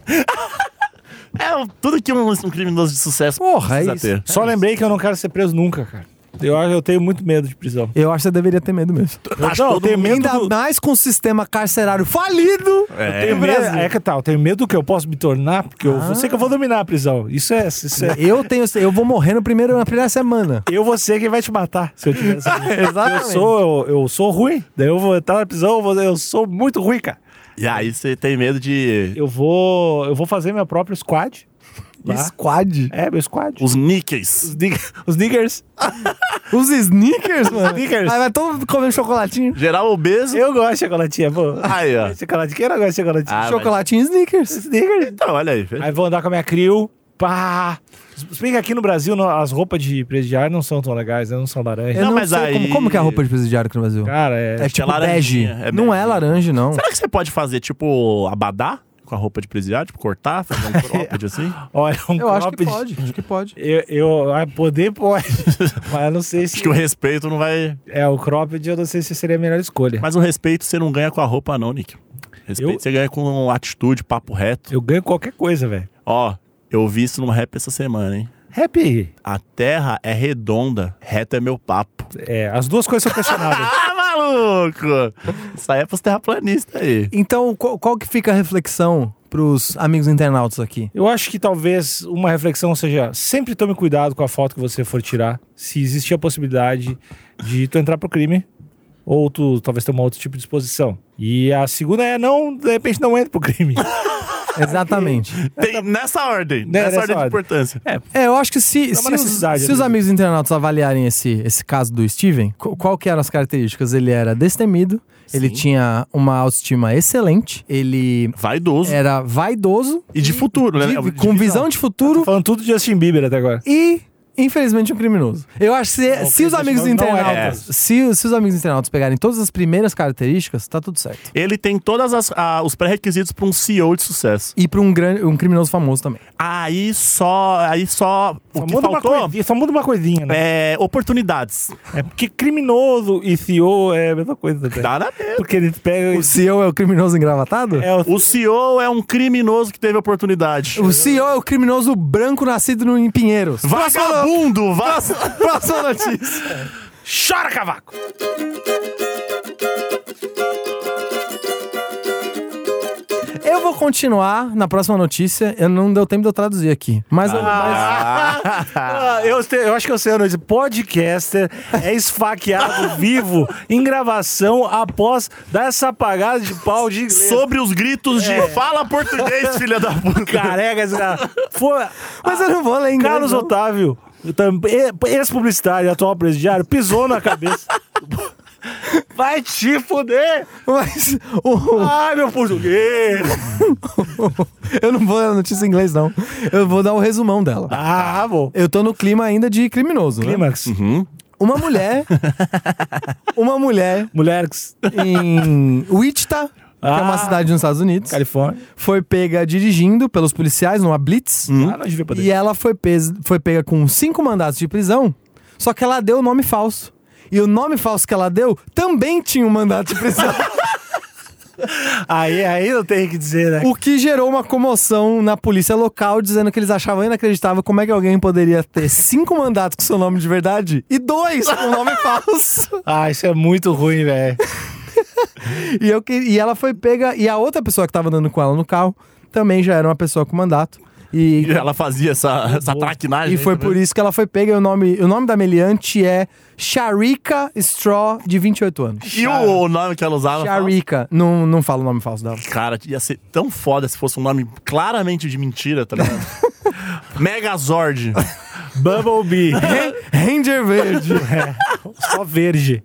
[SPEAKER 3] É o- tudo que um, um criminoso de sucesso
[SPEAKER 2] Porra, é
[SPEAKER 3] precisa
[SPEAKER 2] isso.
[SPEAKER 3] ter.
[SPEAKER 1] Só lembrei que eu não quero ser preso nunca, cara. Eu, acho- eu tenho muito medo de prisão.
[SPEAKER 2] Eu acho que você deveria ter medo mesmo.
[SPEAKER 3] Eu acho
[SPEAKER 1] Não,
[SPEAKER 3] todo
[SPEAKER 1] tem
[SPEAKER 3] mundo-
[SPEAKER 1] medo
[SPEAKER 2] Ainda
[SPEAKER 1] do-
[SPEAKER 2] mais com o sistema carcerário falido.
[SPEAKER 1] Eu
[SPEAKER 3] É. Ah.
[SPEAKER 1] tenho medo, é que tal, eu tenho medo do que eu posso me tornar, porque eu, eu sei que eu vou dominar a prisão. Isso é, isso é-
[SPEAKER 2] Eu tenho, eu vou morrer no primeiro, na primeira semana.
[SPEAKER 1] Eu vou ser quem vai te matar, se eu tivesse.
[SPEAKER 2] *laughs*
[SPEAKER 1] eu
[SPEAKER 2] Exatamente.
[SPEAKER 1] sou, eu, eu sou ruim, daí eu vou entrar na prisão, eu, vou- eu sou muito ruim, cara.
[SPEAKER 3] E aí você tem medo de.
[SPEAKER 1] Eu vou, eu vou fazer meu próprio squad. lá.
[SPEAKER 2] Squad.
[SPEAKER 1] É, meu squad.
[SPEAKER 3] Os níqueis.
[SPEAKER 1] Os, nig- os niggers.
[SPEAKER 2] Os sneakers, mano. *laughs*
[SPEAKER 1] Snickers.
[SPEAKER 2] Aí vai todo mundo comendo chocolatinho.
[SPEAKER 3] Geral obeso.
[SPEAKER 1] Eu gosto de chocolatinha, pô.
[SPEAKER 3] Aí, ó.
[SPEAKER 1] Chocolate, quem não gosta de chocolatinha?
[SPEAKER 3] Ah,
[SPEAKER 2] chocolatinho e sneakers.
[SPEAKER 1] Snickers.
[SPEAKER 3] Então, olha aí.
[SPEAKER 1] Aí vou andar com a minha crew. Pá! Se bem que aqui no Brasil não- as roupas de presidiário não são tão legais, né? não são laranja.
[SPEAKER 2] Eu
[SPEAKER 3] Não,
[SPEAKER 2] não
[SPEAKER 3] mas
[SPEAKER 2] sei
[SPEAKER 3] aí-
[SPEAKER 2] como, como que é a roupa de presidiário aqui no Brasil?
[SPEAKER 1] Cara, é.
[SPEAKER 2] É tipo bege.
[SPEAKER 3] laranjinha, é
[SPEAKER 2] não é
[SPEAKER 3] bege.
[SPEAKER 2] laranja, não.
[SPEAKER 3] Será que você pode fazer, tipo, abadá com a roupa de presidiário? Tipo, cortar, fazer
[SPEAKER 1] *laughs*
[SPEAKER 3] um cropped assim?
[SPEAKER 1] Olha, um
[SPEAKER 2] Eu acho que
[SPEAKER 1] cropped.
[SPEAKER 2] pode. Acho que pode.
[SPEAKER 1] Eu, eu ah, poder
[SPEAKER 2] *laughs*
[SPEAKER 1] pode, mas eu não sei
[SPEAKER 3] Acho
[SPEAKER 1] se
[SPEAKER 3] que o respeito não vai.
[SPEAKER 1] é o cropped, eu não sei se seria a melhor escolha.
[SPEAKER 3] Mas o respeito você não ganha com a roupa, não, Nick. Respeito
[SPEAKER 1] Eu-
[SPEAKER 3] você ganha com atitude, papo reto.
[SPEAKER 1] Eu ganho qualquer coisa, velho.
[SPEAKER 3] Ó, eu vi isso num rap essa semana, hein?
[SPEAKER 1] Happy.
[SPEAKER 3] A terra é redonda, reto é meu papo.
[SPEAKER 1] É, as duas coisas são
[SPEAKER 3] *laughs*
[SPEAKER 1] questionáveis.
[SPEAKER 3] Ah, maluco! Isso aí é pros terraplanistas aí.
[SPEAKER 2] Então, qual, qual que fica a reflexão pros amigos internautas aqui?
[SPEAKER 1] eu acho que talvez uma reflexão seja, sempre tome cuidado com a foto que você for tirar, se existir a possibilidade de tu entrar pro crime ou tu talvez ter um outro tipo de exposição. E a segunda é não, de repente não entra pro
[SPEAKER 3] *laughs*
[SPEAKER 1] crime. Tá
[SPEAKER 2] Exatamente.
[SPEAKER 3] Tem- nessa ordem,
[SPEAKER 1] Então, Né,
[SPEAKER 3] nessa,
[SPEAKER 1] nessa
[SPEAKER 3] ordem de
[SPEAKER 1] ordem.
[SPEAKER 3] importância.
[SPEAKER 2] É, eu acho que se,
[SPEAKER 1] uma
[SPEAKER 2] se, os,
[SPEAKER 1] necessidade,
[SPEAKER 2] se
[SPEAKER 1] né?
[SPEAKER 2] os amigos internautas avaliarem esse, esse caso do Steven, qu- qual que eram as características? Ele era destemido, ele tinha uma autoestima excelente, ele
[SPEAKER 1] É,
[SPEAKER 3] Vaidoso.
[SPEAKER 2] era vaidoso,
[SPEAKER 3] E de futuro, né?
[SPEAKER 2] de-
[SPEAKER 3] De
[SPEAKER 2] com visão de futuro
[SPEAKER 1] Falando tudo de Justin Bieber até agora.
[SPEAKER 2] e, infelizmente, um criminoso. Eu acho que se, se os
[SPEAKER 1] infelizmente
[SPEAKER 2] amigos
[SPEAKER 1] não- não é.
[SPEAKER 2] internautas. Se, os- se os amigos internautas pegarem todas as primeiras características, tá tudo certo.
[SPEAKER 3] Ele tem todos os pré-requisitos pra um CEO de sucesso.
[SPEAKER 2] E pra um, grande, um criminoso famoso também.
[SPEAKER 3] Aí só. Aí só. O
[SPEAKER 1] Só
[SPEAKER 3] que
[SPEAKER 1] muda, uma
[SPEAKER 3] faltou
[SPEAKER 1] coisinha, só muda uma coisinha, né?
[SPEAKER 3] é oportunidades.
[SPEAKER 1] É porque criminoso e CEO é a mesma coisa. Né?
[SPEAKER 3] Dá na mesma.
[SPEAKER 1] Porque eles pegam.
[SPEAKER 2] O CEO é o criminoso engravatado?
[SPEAKER 1] É o
[SPEAKER 3] O CEO é um criminoso que teve oportunidade.
[SPEAKER 2] O CEO é o criminoso branco nascido no, em Pinheiros.
[SPEAKER 3] Vagabundo! Va...
[SPEAKER 1] *laughs*
[SPEAKER 2] Próxima notícia.
[SPEAKER 1] Chora, cavaco!
[SPEAKER 2] Eu vou continuar na próxima notícia. Eu não deu tempo de eu traduzir aqui. Mas,
[SPEAKER 1] Ah, eu, te- eu acho que eu sei a notícia. Podcaster é *laughs* esfaqueado vivo em gravação após dar essa apagada de pau de inglês.
[SPEAKER 3] Sobre os gritos de fala português, filha da puta.
[SPEAKER 1] Careca, esse É. cara. Foi,
[SPEAKER 2] mas, mas eu não vou ler inglês.
[SPEAKER 1] Carlos
[SPEAKER 2] não.
[SPEAKER 1] Otávio, tam- e- ex-publicitário e atual presidiário, pisou na cabeça. *laughs* Vai te fuder!
[SPEAKER 2] Mas o-
[SPEAKER 1] Ai, meu português!
[SPEAKER 2] eu não vou ler a notícia em inglês, não. Eu vou dar o resumão dela.
[SPEAKER 1] Ah, bom.
[SPEAKER 2] Eu tô no clima ainda de criminoso, né?
[SPEAKER 1] Clímax. *laughs*
[SPEAKER 2] Uma mulher... uma mulher
[SPEAKER 1] Mulheres,
[SPEAKER 2] em Wichita, que é uma
[SPEAKER 1] Ah.
[SPEAKER 2] cidade nos Estados Unidos,
[SPEAKER 1] Califórnia.
[SPEAKER 2] foi pega dirigindo pelos policiais numa blitz.
[SPEAKER 1] Ah, não devia poder.
[SPEAKER 2] E ela foi, pes- foi pega com cinco mandatos de prisão, só que ela deu o nome falso. E o nome falso que ela deu também tinha um mandato de prisão,
[SPEAKER 1] Aí, aí eu tenho que dizer, né?
[SPEAKER 2] o que gerou uma comoção na polícia local, dizendo que eles achavam inacreditável como é que alguém poderia ter cinco mandatos com seu nome de verdade e dois com nome falso.
[SPEAKER 1] Ah, isso é muito ruim, velho.
[SPEAKER 2] E, eu, que- e ela foi pega, e a outra pessoa que tava andando com ela no carro também já era uma pessoa com mandato.
[SPEAKER 3] *laughs*
[SPEAKER 2] E
[SPEAKER 3] E ela fazia essa, essa traquinagem.
[SPEAKER 2] E foi por isso que ela foi pega. E o nome, o nome da meliante é Sharika Straw, de 28 anos.
[SPEAKER 3] E o, o nome que ela usava?
[SPEAKER 2] Sharika. Não, não fala o nome falso dela.
[SPEAKER 3] Cara, ia ser tão foda se fosse um nome claramente de mentira, tá
[SPEAKER 1] *laughs*
[SPEAKER 3] ligado? Megazord.
[SPEAKER 1] Bumblebee.
[SPEAKER 3] *laughs*
[SPEAKER 2] Ranger Verde.
[SPEAKER 3] É,
[SPEAKER 1] Só verde.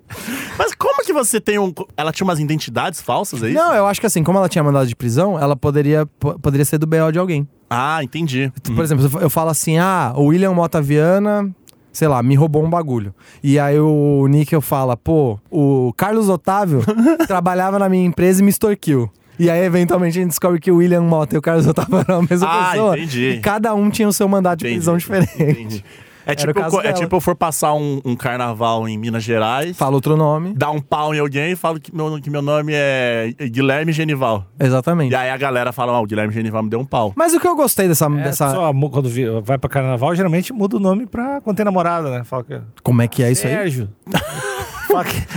[SPEAKER 3] Mas como que você tem um. Ela tinha umas identidades falsas é aí?
[SPEAKER 2] Não, eu acho que assim, como ela tinha mandado de prisão, ela poderia, po- poderia ser do BO de alguém.
[SPEAKER 3] Ah, entendi.
[SPEAKER 2] Por exemplo, se eu fa- eu falo assim, ah, o William Mota Viana, sei lá, me roubou um bagulho. E aí o Níquel fala, pô, o Carlos
[SPEAKER 3] *laughs*
[SPEAKER 2] Otávio trabalhava na minha empresa e me extorquiu. E aí, eventualmente, a gente descobre que o William Mota e o Carlos Otávio eram a mesma
[SPEAKER 3] Ah,
[SPEAKER 2] pessoa.
[SPEAKER 3] entendi.
[SPEAKER 2] E cada um tinha o seu mandato de
[SPEAKER 3] Entendi,
[SPEAKER 2] prisão diferente.
[SPEAKER 3] entendi. É
[SPEAKER 2] o
[SPEAKER 3] tipo, eu,
[SPEAKER 2] caso
[SPEAKER 3] co- é
[SPEAKER 2] dela.
[SPEAKER 3] tipo eu for passar um, um carnaval em Minas Gerais,
[SPEAKER 2] Fala outro nome.
[SPEAKER 3] dar um pau em alguém e falo que meu, que meu nome é Guilherme Genival.
[SPEAKER 2] Exatamente.
[SPEAKER 3] E aí a galera fala, ó, o Guilherme Genival me deu um pau.
[SPEAKER 2] Mas o que eu gostei dessa...
[SPEAKER 1] *laughs* É,
[SPEAKER 2] dessa...
[SPEAKER 1] Só mu- quando vi- vai pra carnaval, geralmente muda o nome pra quando tem namorada, né? Fala que.
[SPEAKER 2] Como é que é isso aí?
[SPEAKER 1] Sérgio.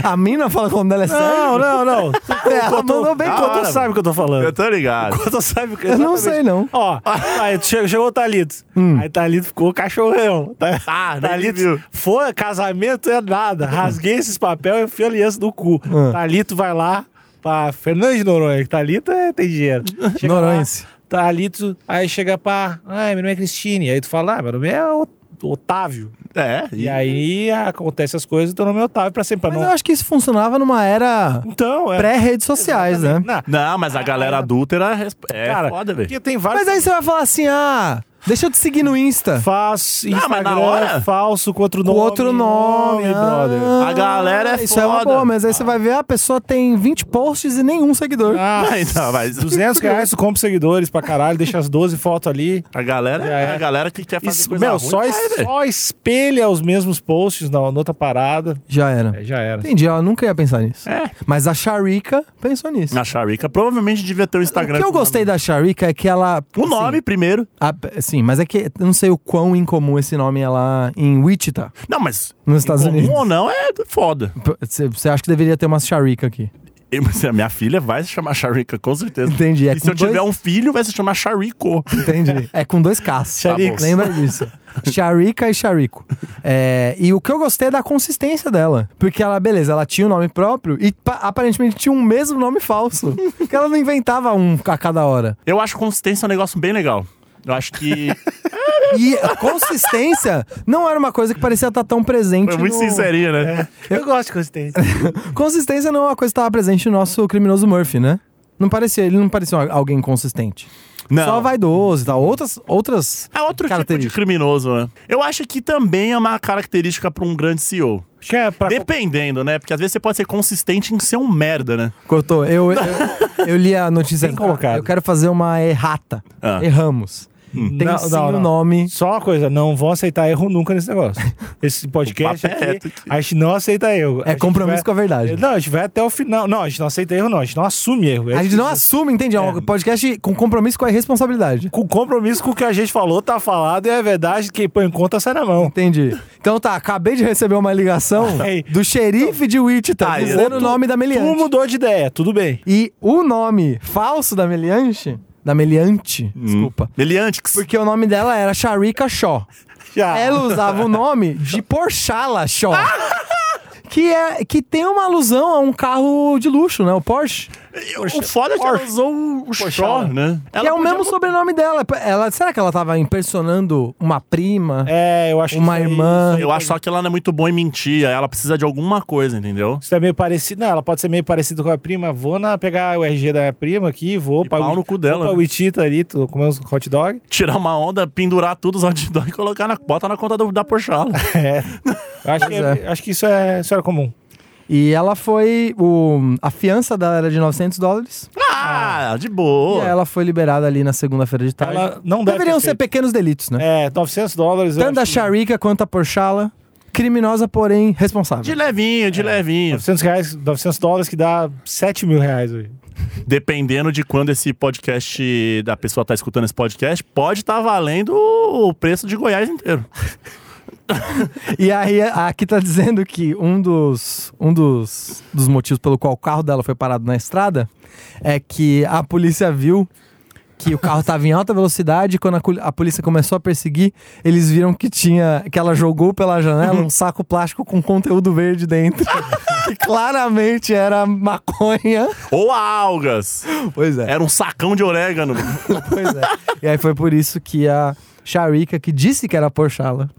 [SPEAKER 2] A mina fala que o nome dela é Sérgio?
[SPEAKER 1] Não, não, *laughs* não.
[SPEAKER 2] Ela mandou bem
[SPEAKER 1] O
[SPEAKER 3] Da
[SPEAKER 1] Cotô
[SPEAKER 3] hora,
[SPEAKER 1] sabe o que eu tô
[SPEAKER 3] Eu
[SPEAKER 1] falando.
[SPEAKER 2] *laughs*
[SPEAKER 3] tô ligado.
[SPEAKER 1] Cotô sabe o que
[SPEAKER 2] Eu não
[SPEAKER 1] exatamente.
[SPEAKER 2] sei, não.
[SPEAKER 1] *laughs* Ó, aí chegou, chegou o Thalito. Aí Thalito ficou cachorrão. Tá?
[SPEAKER 3] Ah, nem
[SPEAKER 1] Thalito,
[SPEAKER 3] viu.
[SPEAKER 1] foi casamento é nada. Rasguei esses papéis e enfiei a aliança no cu. Thalito vai lá pra Fernando de Noronha, que Thalito é, tem *laughs* dinheiro. Chega lá,
[SPEAKER 2] Noronhense.
[SPEAKER 1] Thalito, aí chega pra. Ai, meu nome é Cristine. Aí tu fala, ah, meu nome é Ot- Otávio.
[SPEAKER 3] É, e,
[SPEAKER 1] E aí acontece as coisas, teu nome é Otávio pra sempre. pra
[SPEAKER 2] Mas
[SPEAKER 1] não...
[SPEAKER 2] eu acho que isso funcionava numa era
[SPEAKER 1] Então, é.
[SPEAKER 2] pré-redes sociais, né?
[SPEAKER 1] Não,
[SPEAKER 3] Não, mas a galera adulta era res- é
[SPEAKER 1] cara,
[SPEAKER 3] foda, velho.
[SPEAKER 1] porque tem vários.
[SPEAKER 2] Mas aí você vai falar assim, ah, deixa eu te seguir no Insta.
[SPEAKER 1] Faz Instagram
[SPEAKER 3] Ah, mas na hora?
[SPEAKER 1] falso com outro
[SPEAKER 2] Com
[SPEAKER 1] nome.
[SPEAKER 2] outro nome,
[SPEAKER 1] brother.
[SPEAKER 2] ah,
[SPEAKER 3] A galera é
[SPEAKER 2] Isso é uma
[SPEAKER 3] foda.
[SPEAKER 2] boa, mas aí você vai ver, a pessoa tem 20 posts e nenhum seguidor.
[SPEAKER 1] Ah,
[SPEAKER 3] *laughs* Mas
[SPEAKER 1] *laughs*
[SPEAKER 3] não, mas-
[SPEAKER 1] 200 reais, tu compra seguidores pra caralho, deixa as 12 fotos ali.
[SPEAKER 3] A galera
[SPEAKER 1] Já é.
[SPEAKER 3] a galera que quer fazer
[SPEAKER 1] Isso,
[SPEAKER 3] coisa
[SPEAKER 1] meu,
[SPEAKER 3] ruim,
[SPEAKER 1] só,
[SPEAKER 3] vai,
[SPEAKER 1] es-
[SPEAKER 3] velho.
[SPEAKER 1] só espelha os mesmos posts na, na outra parada.
[SPEAKER 2] Já era.
[SPEAKER 1] É, já era.
[SPEAKER 2] Entendi, ela nunca ia pensar nisso.
[SPEAKER 3] É.
[SPEAKER 2] Mas a Sharika pensou nisso.
[SPEAKER 3] A Sharika provavelmente devia ter um
[SPEAKER 2] O
[SPEAKER 3] Instagram.
[SPEAKER 2] que eu
[SPEAKER 3] com
[SPEAKER 2] gostei da Sharika é que ela.
[SPEAKER 3] nome. O nome primeiro.
[SPEAKER 2] assim, a- sim, mas é que eu não sei o quão incomum esse nome é lá em Wichita,
[SPEAKER 3] Não, mas.
[SPEAKER 2] nos Estados
[SPEAKER 3] comum
[SPEAKER 2] Unidos.
[SPEAKER 3] ou não, é foda.
[SPEAKER 2] P- Você você acha que deveria ter uma Sharika aqui?
[SPEAKER 3] Eu- mas a minha filha vai se chamar Sharika, com certeza.
[SPEAKER 2] Entendi, é
[SPEAKER 3] e se
[SPEAKER 2] com
[SPEAKER 3] eu tiver
[SPEAKER 2] dois-
[SPEAKER 3] um filho, vai se chamar Sharico. *laughs*
[SPEAKER 2] Entendi. É com dois Ks.
[SPEAKER 3] Tá bom.
[SPEAKER 2] Lembra disso. Sharika e Sharico. É, e o que eu gostei é da consistência dela. Porque ela, beleza, ela tinha um nome próprio e pa- aparentemente tinha um mesmo nome falso. Porque ela não inventava um a cada hora.
[SPEAKER 3] Eu acho consistência um negócio bem legal. Eu acho
[SPEAKER 2] *laughs*
[SPEAKER 3] que.
[SPEAKER 2] E a consistência não era uma coisa que parecia estar tão presente.
[SPEAKER 3] Foi muito
[SPEAKER 2] no-
[SPEAKER 3] sincerinha,
[SPEAKER 2] É.
[SPEAKER 3] né?
[SPEAKER 1] Eu, gosto de consistência.
[SPEAKER 2] Consistência não é uma coisa que estava presente no nosso criminoso Murphy, né? Não parecia, ele não parecia alguém consistente.
[SPEAKER 3] Não.
[SPEAKER 2] Só vaidoso e tal. Outras. outras
[SPEAKER 3] É outro tipo de
[SPEAKER 2] características.
[SPEAKER 3] criminoso, né? Eu acho que também é uma característica pra um grande CEO.
[SPEAKER 1] Acho que é pra-
[SPEAKER 3] Dependendo, né? Porque às vezes você pode ser consistente em ser um merda, né?
[SPEAKER 2] Cortou. Eu,
[SPEAKER 1] *laughs*
[SPEAKER 2] eu, eu li a notícia.
[SPEAKER 1] Bem colocado. Hum.
[SPEAKER 2] Eu quero fazer uma errata.
[SPEAKER 3] Ah.
[SPEAKER 2] Erramos. Tem
[SPEAKER 1] Não,
[SPEAKER 2] sim
[SPEAKER 1] não,
[SPEAKER 2] o
[SPEAKER 1] não.
[SPEAKER 2] nome.
[SPEAKER 1] Só uma coisa, não vão aceitar erro nunca nesse
[SPEAKER 2] *laughs*
[SPEAKER 1] negócio. Esse podcast
[SPEAKER 3] O papo é
[SPEAKER 1] aqui, a gente não aceita erro.
[SPEAKER 2] É compromisso com a verdade.
[SPEAKER 1] Não, a gente vai até o final. Não, a gente não aceita erro, não. A gente não assume erro.
[SPEAKER 2] A gente não assume, entende? É um podcast com compromisso com a responsabilidade.
[SPEAKER 1] Com compromisso com o que a gente falou, tá falado, e é verdade, quem põe em conta sai na mão.
[SPEAKER 2] Entendi. Então tá, acabei de receber uma ligação
[SPEAKER 1] *laughs* Ai.
[SPEAKER 2] do xerife de Wichita,
[SPEAKER 3] Ai,
[SPEAKER 2] dizendo
[SPEAKER 3] eu-
[SPEAKER 2] o nome da
[SPEAKER 1] Tu
[SPEAKER 2] Meliante.
[SPEAKER 1] mudou de ideia, tudo bem.
[SPEAKER 2] E o nome falso da Meliante Da Meliante,
[SPEAKER 1] Hum.
[SPEAKER 2] desculpa.
[SPEAKER 3] Meliantix.
[SPEAKER 2] Porque o nome dela era Sharika Shaw.
[SPEAKER 1] Já.
[SPEAKER 2] Ela usava o nome de
[SPEAKER 1] *laughs*
[SPEAKER 2] Porchala Shaw. Que, é, que tem uma alusão a um carro de luxo, né? O Porsche.
[SPEAKER 3] O foda é que ela usou o, o Shaw, né?
[SPEAKER 2] que é o mesmo sobrenome dela. Ela, será que ela tava impersonando uma prima?
[SPEAKER 1] É, eu acho
[SPEAKER 2] Uma
[SPEAKER 1] que isso aí-
[SPEAKER 2] irmã.
[SPEAKER 1] isso aí-
[SPEAKER 3] Eu acho só que ela não é muito boa em mentir. aí Ela precisa de alguma coisa, entendeu?
[SPEAKER 1] Isso é meio parecido. Não, ela pode ser meio parecida com a prima. Vou na, pegar o RG da minha prima aqui, vou
[SPEAKER 3] E
[SPEAKER 1] pra,
[SPEAKER 3] pau no cu dela,
[SPEAKER 1] vou pra
[SPEAKER 3] né?
[SPEAKER 1] Wichita ali, tô, comer uns hot dog. *laughs*
[SPEAKER 3] Tirar uma onda, pendurar tudo os hot dog e colocar na, bota na conta do- da
[SPEAKER 1] *laughs*
[SPEAKER 3] porchala.
[SPEAKER 1] É. Eu acho, que,
[SPEAKER 2] é.
[SPEAKER 1] acho que isso, é, isso era comum.
[SPEAKER 2] E ela foi. O, a fiança dela era de 900 dólares.
[SPEAKER 3] Ah,
[SPEAKER 1] É.
[SPEAKER 3] de
[SPEAKER 2] E
[SPEAKER 3] boa.
[SPEAKER 2] ela foi liberada ali na segunda-feira de tarde.
[SPEAKER 1] Ela não deve
[SPEAKER 2] Deveriam
[SPEAKER 1] ter
[SPEAKER 2] ser
[SPEAKER 1] feito.
[SPEAKER 2] pequenos delitos, né?
[SPEAKER 1] É, 900 dólares. eu
[SPEAKER 2] Tanto a
[SPEAKER 1] acho que-
[SPEAKER 2] Sharika quanto a Porchala. Criminosa, porém responsável.
[SPEAKER 3] De levinho,
[SPEAKER 1] É.
[SPEAKER 3] de levinho.
[SPEAKER 1] 900 reais, 900 dólares que dá 7 mil reais hoje.
[SPEAKER 3] Dependendo de quando esse podcast, da pessoa tá escutando esse podcast, pode estar valendo o preço de Goiás inteiro.
[SPEAKER 1] *laughs*
[SPEAKER 2] E aí, a- aqui tá dizendo que um dos, um dos, dos motivos pelo qual o carro dela foi parado na estrada é que a polícia viu que o carro tava em alta velocidade e quando a, col- a polícia começou a perseguir, eles viram que tinha que ela jogou pela janela um saco plástico com conteúdo verde dentro, *laughs* que claramente era maconha.
[SPEAKER 3] Ou a algas.
[SPEAKER 2] Pois é.
[SPEAKER 3] Era um sacão
[SPEAKER 1] *laughs*
[SPEAKER 3] de orégano.
[SPEAKER 2] Pois é. E aí foi por isso que a Sharika, que disse que era Porchala,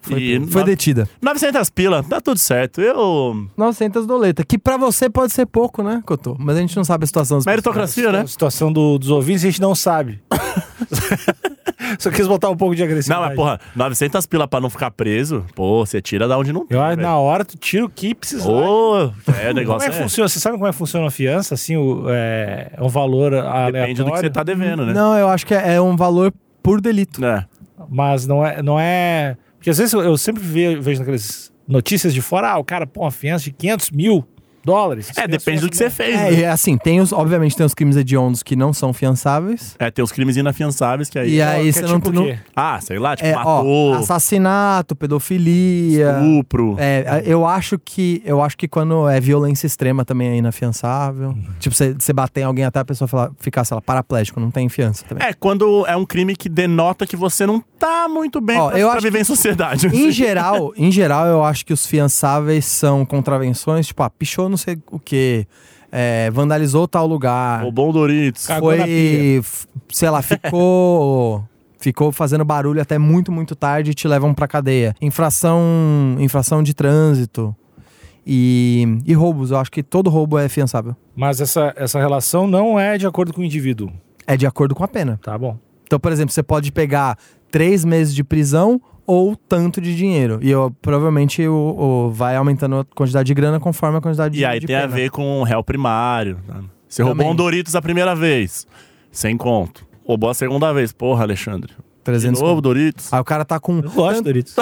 [SPEAKER 2] foi,
[SPEAKER 3] E
[SPEAKER 2] foi
[SPEAKER 3] na-
[SPEAKER 2] detida.
[SPEAKER 3] 900 pila, tá tudo certo. Eu.
[SPEAKER 2] 900 doleta, que pra você pode ser pouco, né, Cotô? Mas a gente não sabe a situação dos
[SPEAKER 3] Meritocracia, né?
[SPEAKER 1] A situação do- dos ouvintes a gente não
[SPEAKER 3] *laughs*
[SPEAKER 1] sabe. Só quis botar um pouco de
[SPEAKER 3] Não,
[SPEAKER 1] agressividade.
[SPEAKER 3] mas porra, 900 pila pra não ficar preso, pô, você tira da onde não tem.
[SPEAKER 1] Eu acho que
[SPEAKER 3] velho.
[SPEAKER 1] na hora tu tira o que precisar.
[SPEAKER 3] Ô, é, o
[SPEAKER 1] como
[SPEAKER 3] negócio
[SPEAKER 1] é
[SPEAKER 3] é,
[SPEAKER 1] que funciona? Você sabe como é que funciona a fiança? Assim, o, é, é um valor aleatório.
[SPEAKER 3] Depende do que você tá devendo, né?
[SPEAKER 2] Não, eu acho que é é um valor por delito.
[SPEAKER 3] É.
[SPEAKER 1] Mas não é, não é. Porque às vezes eu, eu sempre ve- vejo naquelas notícias de fora, ah, o cara põe uma fiança de 500 mil dólares.
[SPEAKER 3] É, depende do que você fez,
[SPEAKER 2] É,
[SPEAKER 3] né?
[SPEAKER 2] e assim, tem os, obviamente tem os crimes hediondos que não são fiançáveis.
[SPEAKER 3] É, tem os crimes inafiançáveis que aí. é.
[SPEAKER 2] E aí você
[SPEAKER 1] Você
[SPEAKER 2] Ah, não,
[SPEAKER 1] tipo
[SPEAKER 2] não
[SPEAKER 1] o quê?
[SPEAKER 3] Ah, sei lá, tipo,
[SPEAKER 2] é, ó,
[SPEAKER 3] matou,
[SPEAKER 2] assassinato, pedofilia.
[SPEAKER 3] estupro.
[SPEAKER 2] É, eu acho que eu acho que quando é violência extrema também é inafiançável.
[SPEAKER 3] Uhum.
[SPEAKER 2] Tipo, você você bater em alguém até a pessoa falar, ficar, sei lá, paraplégico, não tem fiança também.
[SPEAKER 3] É, quando é um crime que denota que você não tá muito bem
[SPEAKER 2] Ó,
[SPEAKER 3] pra,
[SPEAKER 2] eu
[SPEAKER 3] pra
[SPEAKER 2] acho
[SPEAKER 3] viver
[SPEAKER 1] *laughs*
[SPEAKER 3] em sociedade.
[SPEAKER 2] Em geral, em geral, eu acho que os fiançáveis são contravenções, tipo, ah, pichou não sei o quê, é, vandalizou tal lugar,
[SPEAKER 3] *laughs* Roubou um Doritos.
[SPEAKER 1] Cagou na
[SPEAKER 2] foi,
[SPEAKER 1] pilha.
[SPEAKER 2] f- sei lá, ficou...
[SPEAKER 1] *laughs*
[SPEAKER 2] Ficou fazendo barulho até muito, muito tarde e te levam pra cadeia. Infração infração de trânsito e, e roubos. Eu acho que todo roubo é fiançável.
[SPEAKER 1] Mas essa, essa relação não é de acordo com o indivíduo.
[SPEAKER 2] É de acordo com a pena.
[SPEAKER 1] Tá bom.
[SPEAKER 2] Então, por exemplo, você pode pegar três meses de prisão ou tanto de dinheiro. E ó, provavelmente o, o- vai aumentando a quantidade de grana conforme a quantidade de
[SPEAKER 3] E aí
[SPEAKER 2] de
[SPEAKER 3] tem a
[SPEAKER 2] pena.
[SPEAKER 3] ver com o réu primário. tá? Você
[SPEAKER 2] Também.
[SPEAKER 3] roubou um Doritos a primeira vez, sem conto. Roubou a segunda vez, porra, Alexandre. De
[SPEAKER 2] 300
[SPEAKER 3] novo, Doritos.
[SPEAKER 2] Aí o cara tá com.
[SPEAKER 1] Eu gosto,
[SPEAKER 2] Tanto,
[SPEAKER 1] Doritos.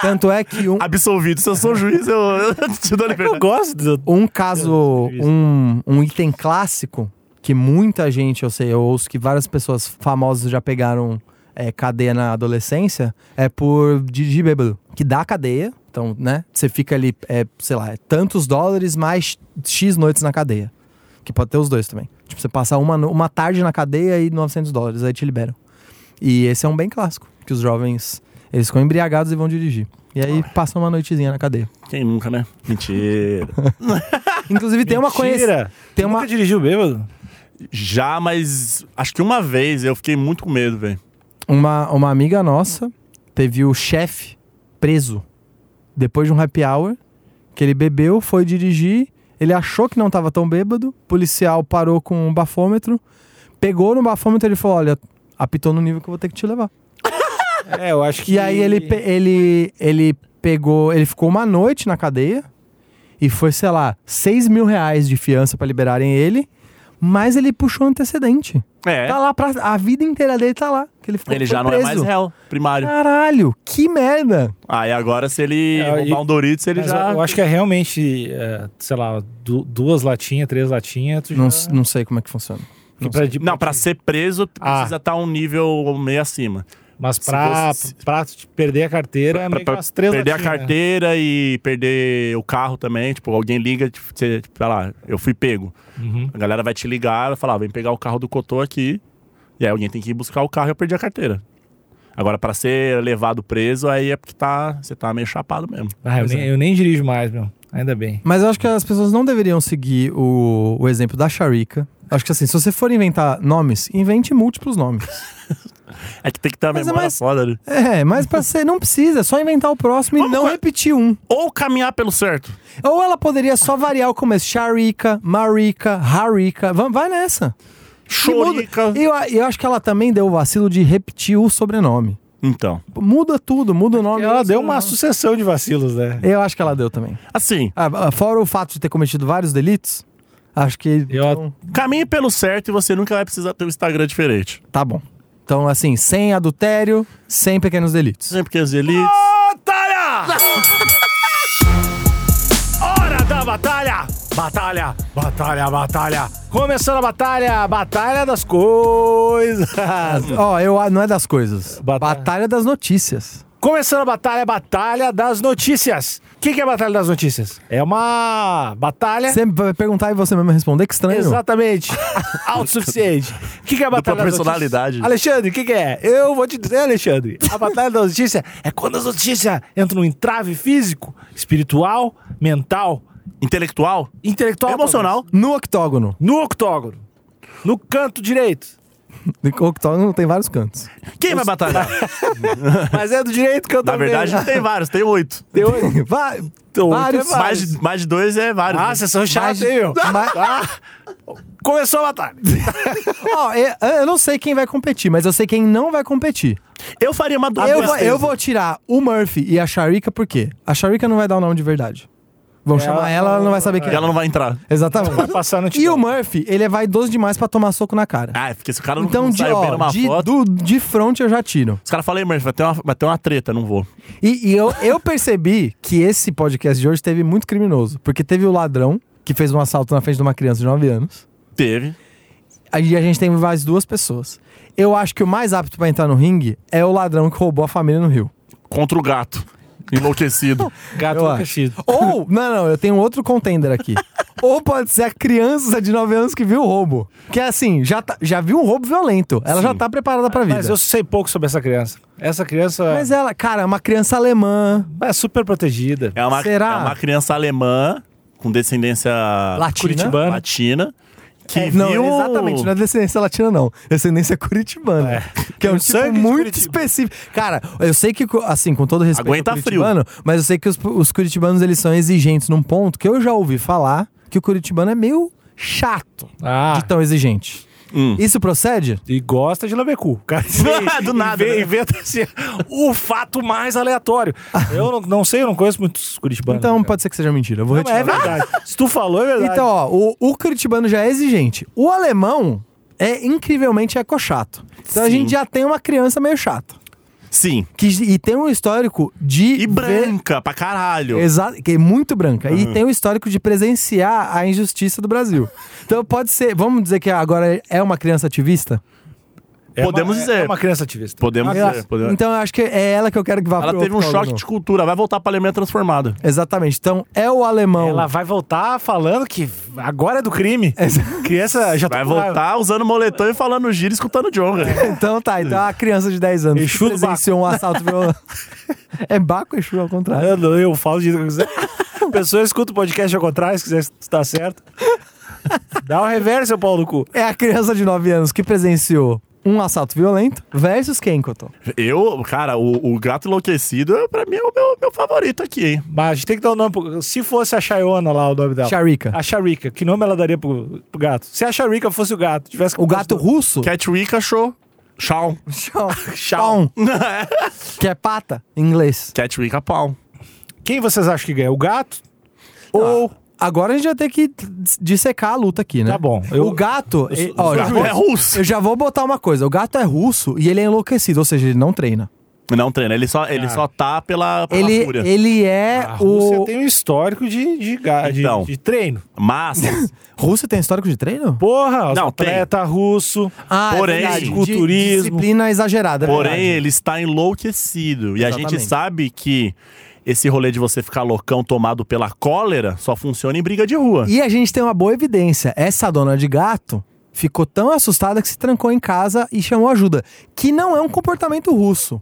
[SPEAKER 2] tanto é que um,
[SPEAKER 3] Absolvido, se eu sou juiz, eu, eu te
[SPEAKER 2] É
[SPEAKER 3] dou
[SPEAKER 1] Eu
[SPEAKER 3] liberdade.
[SPEAKER 1] gosto. do-
[SPEAKER 2] um caso, um, um item clássico que muita gente, eu sei, eu ouço que várias pessoas famosas já pegaram é, cadeia na adolescência, é por dirigir bêbado, que dá cadeia. Então, né, você fica ali, é, sei lá, é tantos dólares mais X noites na cadeia. Que pode ter os dois também. Tipo, você passar uma, no- uma tarde na cadeia e 900 dólares, aí te liberam. E esse é um bem clássico, que os jovens, eles ficam embriagados e vão dirigir. E aí passam uma noitezinha na cadeia.
[SPEAKER 3] Quem nunca, né? Mentira.
[SPEAKER 2] Inclusive, tem uma conhecida...
[SPEAKER 1] Mentira.
[SPEAKER 2] tem
[SPEAKER 1] Tu
[SPEAKER 2] uma-
[SPEAKER 1] Nunca dirigiu bêbado?
[SPEAKER 3] Já, mas acho que uma vez eu fiquei muito com medo, velho.
[SPEAKER 2] Uma, uma amiga nossa teve o chefe preso depois de um happy hour que ele bebeu, foi dirigir, ele achou que não estava tão bêbado, o policial parou com um bafômetro, pegou no bafômetro e ele falou, olha, apitou no nível que eu vou ter que te levar.
[SPEAKER 1] É, eu acho que.
[SPEAKER 2] E aí ele, pe- ele, ele pegou, ele ficou uma noite na cadeia e foi, sei lá, 6 mil reais de fiança para liberarem ele, mas ele puxou antecedente.
[SPEAKER 3] É.
[SPEAKER 2] Tá lá, pra, a vida inteira dele tá lá. Que ele ficou,
[SPEAKER 3] Ele
[SPEAKER 2] foi
[SPEAKER 3] já não é mais
[SPEAKER 2] preso.
[SPEAKER 3] réu primário.
[SPEAKER 2] Caralho, que merda!
[SPEAKER 3] Aí agora, se ele
[SPEAKER 1] É,
[SPEAKER 3] roubar
[SPEAKER 1] e-
[SPEAKER 3] um Doritos, ele
[SPEAKER 1] Mas
[SPEAKER 3] já.
[SPEAKER 1] Eu acho que é realmente, é, sei lá, du- duas latinhas, três latinhas. Tu
[SPEAKER 2] Não,
[SPEAKER 1] já...
[SPEAKER 2] não sei como é que funciona.
[SPEAKER 1] pra- de-
[SPEAKER 3] Não, pra ser preso,
[SPEAKER 1] Ah.
[SPEAKER 3] precisa estar um nível meio acima.
[SPEAKER 1] Mas pra,
[SPEAKER 3] fosse-
[SPEAKER 1] pra te perder a carteira é meio que
[SPEAKER 3] Pra-
[SPEAKER 1] umas três
[SPEAKER 3] perder a
[SPEAKER 1] latinhas, né?
[SPEAKER 3] carteira e perder o carro também. Tipo, alguém liga, tipo, você, tipo, sei lá, eu fui pego.
[SPEAKER 1] Uhum.
[SPEAKER 3] A galera vai te ligar, ela fala, "Ah, vem pegar o carro do Cotô aqui. E aí alguém tem que ir buscar o carro e eu perdi a carteira. Agora, pra ser levado preso, aí é porque tá, você tá meio chapado mesmo.
[SPEAKER 1] Ah, eu,
[SPEAKER 3] Pois
[SPEAKER 1] nem, eu nem dirijo mais, meu. Ainda bem.
[SPEAKER 2] Mas eu acho que as pessoas não deveriam seguir o, o exemplo da Sharika. Acho que assim, se você for inventar nomes, invente múltiplos nomes.
[SPEAKER 3] É que tem que ter uma
[SPEAKER 2] Mas é
[SPEAKER 3] memória
[SPEAKER 2] mais-
[SPEAKER 3] foda, né?
[SPEAKER 2] É, mas pra ser, não precisa, é só inventar o próximo
[SPEAKER 3] Vamos
[SPEAKER 2] e não
[SPEAKER 3] co-
[SPEAKER 2] repetir um.
[SPEAKER 3] Ou caminhar pelo certo.
[SPEAKER 2] Ou ela poderia só variar o começo. Sharika, Marika, Harika. Vam- Vai nessa. E muda.
[SPEAKER 3] Chorica.
[SPEAKER 2] E Eu, eu acho que ela também deu o vacilo de repetir o sobrenome.
[SPEAKER 3] Então,
[SPEAKER 2] Muda tudo, muda o nome.
[SPEAKER 1] Ela
[SPEAKER 2] muda o
[SPEAKER 1] deu uma
[SPEAKER 2] sobrenome.
[SPEAKER 1] sucessão de vacilos, né?
[SPEAKER 2] Eu acho que ela deu também.
[SPEAKER 3] assim,
[SPEAKER 2] Ah, ah, fora o fato de ter cometido vários delitos, acho que.
[SPEAKER 1] Eu-
[SPEAKER 2] então,
[SPEAKER 3] caminhe pelo certo e você nunca vai precisar ter um Instagram diferente.
[SPEAKER 2] tá bom. Então, assim, sem adultério, sem pequenos delitos.
[SPEAKER 3] Sempre que as elites...
[SPEAKER 1] Batalha!
[SPEAKER 3] Hora da batalha!
[SPEAKER 1] Batalha! Batalha, batalha! Começando a batalha! Batalha das coisas!
[SPEAKER 2] Ó, eu ah, não é das coisas.
[SPEAKER 1] Bata-
[SPEAKER 2] Batalha das notícias.
[SPEAKER 1] Começando a batalha, batalha das notícias! O que, que é a batalha das notícias? É uma batalha.
[SPEAKER 2] Você vai perguntar e você mesmo responder, que estranho.
[SPEAKER 3] *laughs*
[SPEAKER 1] Exatamente. Autossuficiente. O que, que é a Batalha
[SPEAKER 3] Dupla
[SPEAKER 1] das
[SPEAKER 3] personalidade.
[SPEAKER 1] Notícias? Alexandre, o que, que é? Eu vou te dizer, Alexandre. A Batalha da Notícia é quando as notícias entram num entrave físico, espiritual, mental,
[SPEAKER 3] Intelectual?
[SPEAKER 1] intelectual.
[SPEAKER 3] Emocional.
[SPEAKER 2] No octógono.
[SPEAKER 1] talvez. No octógono. No canto direito.
[SPEAKER 2] O octógono tem vários cantos.
[SPEAKER 3] Quem
[SPEAKER 2] *laughs*
[SPEAKER 3] vai batalhar?
[SPEAKER 1] Mas é do direito que eu tô
[SPEAKER 3] Na verdade, não tem vários, tem oito.
[SPEAKER 1] Tem oito.
[SPEAKER 2] *laughs* Vai,
[SPEAKER 1] Então,
[SPEAKER 2] vários.
[SPEAKER 1] tem vários.
[SPEAKER 3] é Mais de, mais de dois é vários.
[SPEAKER 1] Ah, vocês são chatos, hein, meu?
[SPEAKER 2] mas-
[SPEAKER 1] Ah, começou a batalha.
[SPEAKER 2] Ó, eu, eu não sei quem vai competir, mas eu sei quem não vai competir.
[SPEAKER 3] eu faria uma dupla.
[SPEAKER 2] Eu vou,
[SPEAKER 3] tristeza.
[SPEAKER 2] eu vou tirar o Murphy e a Sharika, por quê? A Sharika não vai dar o nome de verdade. Vão chamar ela, ela não vai saber quem
[SPEAKER 3] E
[SPEAKER 2] é.
[SPEAKER 3] ela não vai entrar.
[SPEAKER 1] Vai
[SPEAKER 2] Exatamente.
[SPEAKER 1] passar no
[SPEAKER 2] E o
[SPEAKER 1] título.
[SPEAKER 2] Murphy, ele é vaidoso demais pra tomar soco na cara.
[SPEAKER 3] Ah, porque se o cara não,
[SPEAKER 2] Então,
[SPEAKER 3] não
[SPEAKER 2] de,
[SPEAKER 3] saiu bem
[SPEAKER 2] ó,
[SPEAKER 3] numa
[SPEAKER 2] de,
[SPEAKER 3] foto.
[SPEAKER 2] do, de frente eu já tiro.
[SPEAKER 3] Os caras falam, "Ei, Murphy, vai ter, uma, vai ter uma treta, não vou.
[SPEAKER 2] E, e eu, eu percebi que esse podcast de hoje teve muito criminoso. Porque teve o ladrão, que fez um assalto na frente de uma criança de 9 anos.
[SPEAKER 3] Teve.
[SPEAKER 2] Aí a gente tem mais duas pessoas. Eu acho que o mais apto pra entrar no ringue é o ladrão que roubou a família no Rio.
[SPEAKER 3] Contra o gato.
[SPEAKER 2] *laughs*
[SPEAKER 3] Enlouquecido.
[SPEAKER 1] *laughs* Gato é
[SPEAKER 2] Eu
[SPEAKER 1] no
[SPEAKER 2] acho.
[SPEAKER 1] cachido.
[SPEAKER 2] Ou, não, não, eu tenho outro
[SPEAKER 1] *laughs*
[SPEAKER 2] contender aqui. Ou pode ser a criança de 9 anos que viu o roubo. Que é assim, já, tá- já viu um roubo violento. Ela já tá preparada pra vida.
[SPEAKER 1] Mas eu sei pouco sobre essa criança. Essa criança
[SPEAKER 2] Mas ela, cara, é uma criança alemã.
[SPEAKER 1] é super protegida.
[SPEAKER 3] É uma,
[SPEAKER 2] Será?
[SPEAKER 3] é uma criança alemã com descendência
[SPEAKER 2] Latina?
[SPEAKER 3] é curitibana. latina. Que
[SPEAKER 2] É,
[SPEAKER 3] viu...
[SPEAKER 2] não, exatamente,
[SPEAKER 1] né?
[SPEAKER 2] não é descendência latina, não. Descendência curitibana. Que é um
[SPEAKER 1] Tem
[SPEAKER 2] tipo
[SPEAKER 1] sangue de
[SPEAKER 2] muito
[SPEAKER 1] Curitiba.
[SPEAKER 2] específico. Cara, eu sei que, co- assim, com todo respeito
[SPEAKER 3] Aguenta
[SPEAKER 2] ao
[SPEAKER 3] frio.
[SPEAKER 2] curitibano, mas eu sei que os, os curitibanos, eles são exigentes num ponto que eu já ouvi falar que o curitibano é meio chato né?
[SPEAKER 1] Ah,
[SPEAKER 2] de tão exigente.
[SPEAKER 3] Hum.
[SPEAKER 2] Isso procede?
[SPEAKER 1] e gosta de lamer cu. Cara,
[SPEAKER 3] Do nada,
[SPEAKER 1] Inve-
[SPEAKER 3] né?
[SPEAKER 1] Inventa assim, o fato mais aleatório. Eu não, não sei, eu não conheço muitos curitibanos.
[SPEAKER 2] Então
[SPEAKER 1] cara.
[SPEAKER 2] pode ser que seja mentira. Eu vou
[SPEAKER 1] Não, é
[SPEAKER 2] retirar.
[SPEAKER 1] verdade. Se tu falou, é verdade.
[SPEAKER 2] Então, ó, o, o curitibano já é exigente. O alemão é incrivelmente ecochato. Então a
[SPEAKER 3] Sim.
[SPEAKER 2] gente já tem uma criança meio chata.
[SPEAKER 3] Sim.
[SPEAKER 2] Que, e tem um histórico de.
[SPEAKER 3] E branca pra caralho.
[SPEAKER 2] Exato, que é muito branca. E tem o histórico de presenciar a injustiça do Brasil. Então pode ser, vamos dizer que agora é uma criança ativista?
[SPEAKER 1] É uma-
[SPEAKER 3] podemos
[SPEAKER 1] é-
[SPEAKER 3] dizer.
[SPEAKER 1] É uma criança ativista. Ah,
[SPEAKER 3] Podemos
[SPEAKER 2] Eu-
[SPEAKER 3] dizer. podemos-
[SPEAKER 2] Então eu acho que é ela que eu quero que vá
[SPEAKER 3] Ela
[SPEAKER 2] pro
[SPEAKER 3] teve
[SPEAKER 1] tá
[SPEAKER 3] um
[SPEAKER 2] octógono.
[SPEAKER 3] choque de cultura. Vai voltar pra Alemanha transformada.
[SPEAKER 2] Exatamente. Então é o alemão.
[SPEAKER 1] Ela vai voltar falando que agora é do crime. Criança já tá
[SPEAKER 3] Vai
[SPEAKER 1] com raiva.
[SPEAKER 3] voltar usando moletom e falando giro, escutando
[SPEAKER 1] *laughs*
[SPEAKER 3] Jonga.
[SPEAKER 2] Então tá, então a criança de 10 anos
[SPEAKER 1] Exu do Baco.
[SPEAKER 2] presenciou um assalto
[SPEAKER 3] *laughs*
[SPEAKER 2] violento. é Baco Exu ao contrário.
[SPEAKER 1] Eu, não- eu falo de quiser. A pessoa escuta o podcast ao contrário, se quiser estar certo. Dá um reverso, seu pau no cu.
[SPEAKER 2] É a criança de 9 anos que presenciou um assalto violento versus quem, Cotô?
[SPEAKER 1] É
[SPEAKER 3] Eu, cara, o, o gato enlouquecido, é, pra mim, é o meu, meu favorito aqui, hein?
[SPEAKER 1] Mas a gente tem que dar o nome. pro- Se fosse a Chayona lá, o nome dela.
[SPEAKER 2] Sharika.
[SPEAKER 1] A Sharika. Que nome ela daria pro, pro gato? Se a Sharika fosse o gato, tivesse
[SPEAKER 2] O gato russo?
[SPEAKER 3] Catwee cachorro. Shawn.
[SPEAKER 2] Chão. Chão. que é pata, em inglês.
[SPEAKER 3] Catwee capão.
[SPEAKER 1] Quem vocês acham que ganha? O gato? Ou.
[SPEAKER 2] Agora a gente vai ter que dissecar a luta aqui, né?
[SPEAKER 1] Tá bom, eu-
[SPEAKER 2] o gato. eh,
[SPEAKER 3] O
[SPEAKER 2] ó, já
[SPEAKER 3] gato
[SPEAKER 2] vou-
[SPEAKER 3] é russo.
[SPEAKER 2] Eu já vou botar uma coisa. O gato é russo e ele é enlouquecido, ou seja, ele não treina.
[SPEAKER 3] Não treina, ele só, ele
[SPEAKER 1] Ah.
[SPEAKER 3] só tá pela, pela
[SPEAKER 2] Ele,
[SPEAKER 3] fúria.
[SPEAKER 2] ele é
[SPEAKER 1] A Rússia
[SPEAKER 2] o.
[SPEAKER 1] tem um histórico de, de, ga- de-
[SPEAKER 3] Então.
[SPEAKER 1] de treino.
[SPEAKER 3] Mas,
[SPEAKER 2] Rússia tem histórico de treino?
[SPEAKER 1] Porra, os
[SPEAKER 3] Não, tem.
[SPEAKER 1] atleta russo.
[SPEAKER 2] Ah, é
[SPEAKER 3] Porém,
[SPEAKER 2] verdade. De-
[SPEAKER 1] culturismo.
[SPEAKER 2] disciplina exagerada. é
[SPEAKER 3] porém,
[SPEAKER 2] verdade.
[SPEAKER 3] ele está enlouquecido. E a gente
[SPEAKER 2] Exatamente.
[SPEAKER 3] sabe que esse rolê de você ficar loucão tomado pela cólera só funciona em briga de rua.
[SPEAKER 2] E a gente tem uma boa evidência. Essa dona de gato ficou tão assustada que se trancou em casa e chamou ajuda. Que não é um comportamento russo.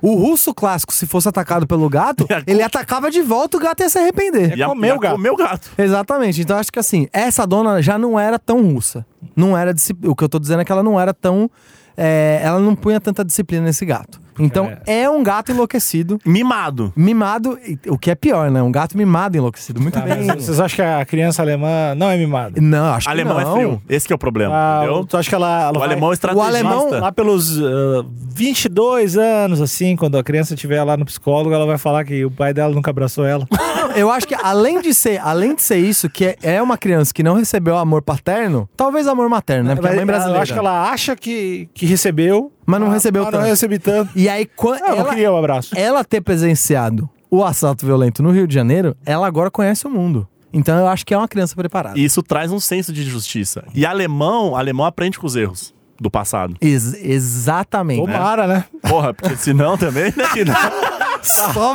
[SPEAKER 2] O russo clássico, se fosse atacado pelo
[SPEAKER 3] *laughs*
[SPEAKER 2] gato,
[SPEAKER 3] Ia-
[SPEAKER 2] ele atacava de volta o gato ia se arrepender.
[SPEAKER 1] É comer o gato.
[SPEAKER 3] comer o gato.
[SPEAKER 2] Exatamente. Então acho que assim, essa dona já não era tão russa. Não era disci- O que eu tô dizendo é que ela não era tão. é, ela não punha tanta disciplina nesse gato. Então é, um gato enlouquecido,
[SPEAKER 3] Mimado.
[SPEAKER 2] mimado, e- o que é pior, né? Um gato mimado e enlouquecido. Muito
[SPEAKER 1] Ah,
[SPEAKER 2] bem.
[SPEAKER 1] mas vocês acham que a criança alemã não é mimada?
[SPEAKER 2] Não, acho
[SPEAKER 3] alemão
[SPEAKER 2] que não.
[SPEAKER 3] é frio. Esse que é o problema,
[SPEAKER 1] Ah,
[SPEAKER 3] entendeu?
[SPEAKER 1] tu acha que ela, ela
[SPEAKER 3] O
[SPEAKER 1] vai-
[SPEAKER 3] alemão é estrategista.
[SPEAKER 2] alemão-
[SPEAKER 1] Lá pelos ah, 22 anos, assim, quando a criança estiver lá no psicólogo, ela vai falar que o pai dela nunca abraçou
[SPEAKER 2] *laughs*
[SPEAKER 1] ela.
[SPEAKER 2] É Eu acho que além de ser, além de ser isso, que é- é uma criança que não recebeu amor paterno, talvez amor materno, né? Porque a
[SPEAKER 1] Mas é,
[SPEAKER 2] mãe brasileira.
[SPEAKER 1] Eu acho que ela acha que, que recebeu.
[SPEAKER 2] Mas não
[SPEAKER 1] Ah,
[SPEAKER 2] recebeu
[SPEAKER 1] ah,
[SPEAKER 2] tanto.
[SPEAKER 1] Não recebi tanto.
[SPEAKER 2] E aí, quando
[SPEAKER 1] Ah, Eu não
[SPEAKER 2] ela, é
[SPEAKER 1] queria um abraço.
[SPEAKER 2] ela ter presenciado o assalto violento no Rio de Janeiro, ela agora conhece o mundo. Então eu acho que é uma criança preparada.
[SPEAKER 3] E isso traz um senso de justiça. E alemão, alemão aprende com os erros do passado.
[SPEAKER 2] Ex- exatamente.
[SPEAKER 1] Tomara, né?
[SPEAKER 3] Porra, porque senão também, né? que não.
[SPEAKER 2] É Só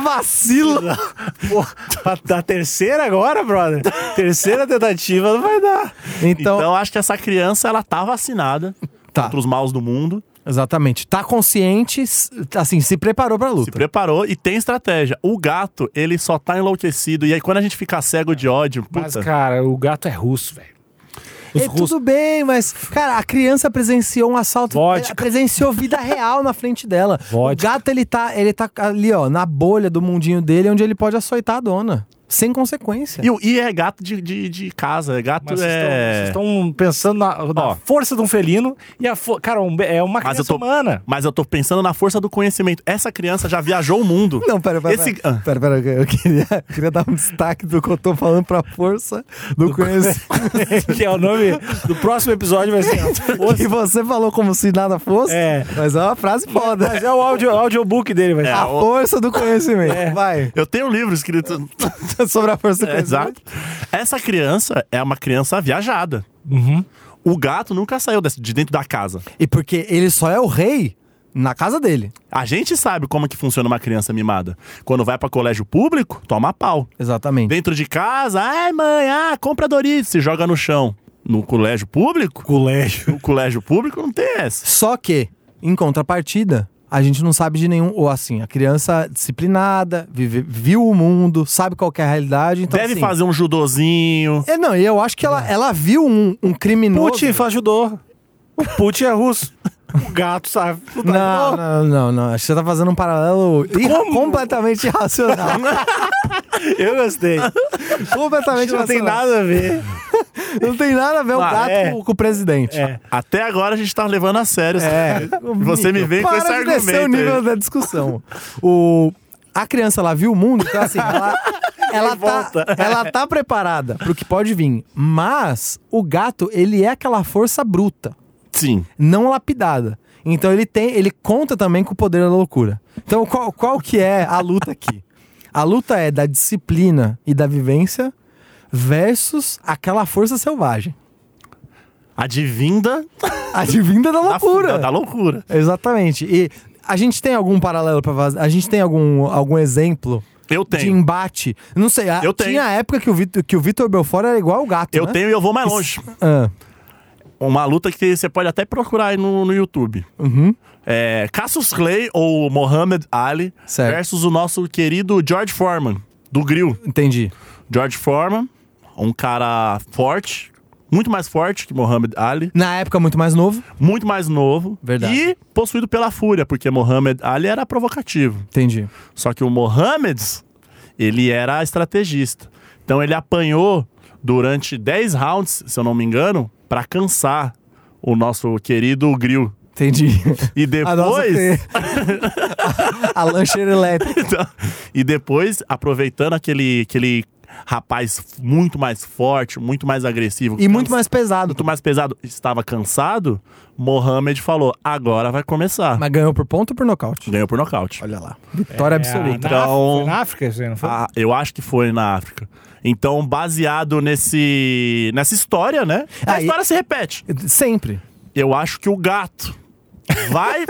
[SPEAKER 1] *laughs*
[SPEAKER 2] vacila.
[SPEAKER 1] Porra, a- da tá, terceira agora, brother. Terceira tentativa não vai dar.
[SPEAKER 2] Então,
[SPEAKER 3] Então, acho que essa criança, ela tá vacinada
[SPEAKER 2] Tá.
[SPEAKER 3] contra os maus do mundo,
[SPEAKER 2] exatamente. Tá consciente, s- assim, se preparou pra
[SPEAKER 3] se
[SPEAKER 2] luta.
[SPEAKER 3] preparou e tem estratégia. O gato, ele só tá enlouquecido. E aí, quando a gente fica cego de ódio,
[SPEAKER 1] Mas,
[SPEAKER 3] puta,
[SPEAKER 1] cara, o gato é russo, velho. Os
[SPEAKER 2] É,
[SPEAKER 1] russos.
[SPEAKER 2] tudo bem, mas, cara, a criança presenciou um assalto,
[SPEAKER 1] Vodka.
[SPEAKER 2] ela presenciou vida real na frente dela.
[SPEAKER 1] Vodka.
[SPEAKER 2] O gato, ele tá, ele tá ali, ó, na bolha do mundinho dele, onde ele pode açoitar a dona. Sem consequência.
[SPEAKER 3] E, o- e é gato de, de, de casa, é gato
[SPEAKER 1] Mas vocês estão- vocês
[SPEAKER 3] é...
[SPEAKER 1] estão pensando na, na
[SPEAKER 3] Ó.
[SPEAKER 1] força de um felino e a fo- Cara, um- é uma
[SPEAKER 3] Mas
[SPEAKER 1] criança
[SPEAKER 3] eu tô-
[SPEAKER 1] humana. *laughs*
[SPEAKER 3] Mas eu tô pensando na força do conhecimento. Essa criança já viajou o mundo.
[SPEAKER 2] Não, pera, pera.
[SPEAKER 3] Esse- Ah.
[SPEAKER 2] Pera, pera, pera, eu queria, eu queria dar um destaque do que eu tô falando pra força do *laughs* conhecimento.
[SPEAKER 1] que é o nome do próximo episódio, vai
[SPEAKER 3] *laughs*
[SPEAKER 1] ser.
[SPEAKER 2] E você falou como se nada fosse,
[SPEAKER 1] É.
[SPEAKER 2] mas é uma frase foda.
[SPEAKER 1] Mas é o audio, audiobook dele,
[SPEAKER 3] É.
[SPEAKER 1] vai ser.
[SPEAKER 2] *laughs*
[SPEAKER 3] Ah,
[SPEAKER 2] A força do conhecimento.
[SPEAKER 1] É.
[SPEAKER 2] Vai. *laughs*
[SPEAKER 3] Eu tenho um
[SPEAKER 1] *laughs*
[SPEAKER 3] livro escrito...
[SPEAKER 2] Sobre a força do
[SPEAKER 3] É,
[SPEAKER 2] conhecimento.
[SPEAKER 3] Exato. Essa criança é uma criança viajada.
[SPEAKER 1] Uhum.
[SPEAKER 3] O gato nunca saiu desse- de dentro da casa.
[SPEAKER 2] E porque ele só é o rei na casa dele.
[SPEAKER 3] A gente sabe como que funciona uma criança mimada. Quando vai pra colégio público, toma pau.
[SPEAKER 2] Exatamente.
[SPEAKER 3] Dentro de casa, ai mãe, ah, compra Doritos, se joga no chão. No colégio público,
[SPEAKER 1] Colégio.
[SPEAKER 3] no colégio público não tem essa.
[SPEAKER 2] Só que, em contrapartida, a gente não sabe de nenhum. Ou assim, a criança disciplinada, vive- viu o mundo, sabe qual que é a realidade. Então,
[SPEAKER 3] Deve
[SPEAKER 2] assim,
[SPEAKER 3] fazer um judozinho.
[SPEAKER 2] É, não, e eu acho que ela, ela viu um, um criminoso.
[SPEAKER 1] Putin faz judô. O Putin é russo. O gato
[SPEAKER 3] *laughs*
[SPEAKER 1] sabe. lutar
[SPEAKER 2] Não,
[SPEAKER 1] judô.
[SPEAKER 2] não, não, não. Acho que você tá fazendo um paralelo irra-
[SPEAKER 1] Como? *laughs*
[SPEAKER 2] completamente irracional.
[SPEAKER 1] Eu gostei.
[SPEAKER 2] completamente
[SPEAKER 1] Não tem
[SPEAKER 2] irracional.
[SPEAKER 1] nada a ver.
[SPEAKER 2] Não tem nada a ver o
[SPEAKER 3] Ah,
[SPEAKER 2] gato
[SPEAKER 1] é.
[SPEAKER 2] com, com o presidente.
[SPEAKER 1] É.
[SPEAKER 3] Até agora a gente tá levando a sério. essa- *laughs* Você me vem com
[SPEAKER 2] É. Para
[SPEAKER 3] esse
[SPEAKER 2] de descer
[SPEAKER 3] argumento.
[SPEAKER 2] o nível
[SPEAKER 3] aí.
[SPEAKER 2] da discussão. O, a criança, ela viu o mundo, então assim,
[SPEAKER 3] *laughs*
[SPEAKER 2] ela, ela, tá,
[SPEAKER 1] Volta.
[SPEAKER 2] ela tá preparada pro que pode vir. Mas o gato, ele é aquela força bruta,
[SPEAKER 3] Sim.
[SPEAKER 2] não lapidada. Então ele tem, ele conta também com o poder da loucura. Então qual, qual que é a luta aqui? A luta é da disciplina e da vivência versus aquela força selvagem.
[SPEAKER 3] A divinda
[SPEAKER 2] A divina da
[SPEAKER 3] da-
[SPEAKER 2] loucura.
[SPEAKER 3] Da, da loucura.
[SPEAKER 2] Exatamente. E a gente tem algum paralelo pra fazer? A gente tem algum, algum exemplo
[SPEAKER 3] Eu
[SPEAKER 2] de
[SPEAKER 3] tenho.
[SPEAKER 2] embate? Não sei, a-
[SPEAKER 3] Eu tenho.
[SPEAKER 2] tinha a época que o Vitor, que o Vitor Belfort era igual o gato,
[SPEAKER 3] Eu
[SPEAKER 2] né?
[SPEAKER 3] tenho e eu vou mais longe.
[SPEAKER 2] Ah,
[SPEAKER 3] Uma luta que você pode até procurar aí no, no YouTube.
[SPEAKER 2] Uhum.
[SPEAKER 3] É, Cassius Clay ou Mohamed Ali
[SPEAKER 2] Certo.
[SPEAKER 3] versus o nosso querido George Foreman, do grill.
[SPEAKER 2] entendi.
[SPEAKER 3] George Foreman, um cara forte, muito mais forte que Mohamed Ali,
[SPEAKER 2] Na época muito mais novo,
[SPEAKER 3] muito mais novo.
[SPEAKER 2] Verdade.
[SPEAKER 3] E possuído pela fúria, porque Mohamed Ali era provocativo.
[SPEAKER 2] entendi.
[SPEAKER 3] Só que o Mohamed, ele era estrategista. Então ele apanhou durante 10 rounds, se eu não me engano, pra cansar o nosso querido grill. *laughs*
[SPEAKER 2] Entendi.
[SPEAKER 3] E
[SPEAKER 2] A nossa *laughs*
[SPEAKER 3] depois, *laughs*
[SPEAKER 2] a lancheira elétrica.
[SPEAKER 3] Então, e depois aproveitando aquele, aquele rapaz muito mais forte, muito mais agressivo.
[SPEAKER 2] E muito
[SPEAKER 3] cansa-
[SPEAKER 2] mais pesado.
[SPEAKER 3] muito mais pesado, estava cansado, Mohamed falou, agora vai começar.
[SPEAKER 2] Mas ganhou por ponto ou por nocaute?
[SPEAKER 3] Ganhou por nocaute.
[SPEAKER 2] Olha lá.
[SPEAKER 3] É.
[SPEAKER 2] Vitória absoluta.
[SPEAKER 1] É, Na,
[SPEAKER 3] Então-
[SPEAKER 1] foi na África, isso aí, não foi?
[SPEAKER 3] Ah, eu acho que foi na África. Então, baseado nesse nessa história, né? a
[SPEAKER 2] Aí-
[SPEAKER 3] história se repete.
[SPEAKER 2] Sempre.
[SPEAKER 3] Eu acho que o gato
[SPEAKER 2] *laughs*
[SPEAKER 3] vai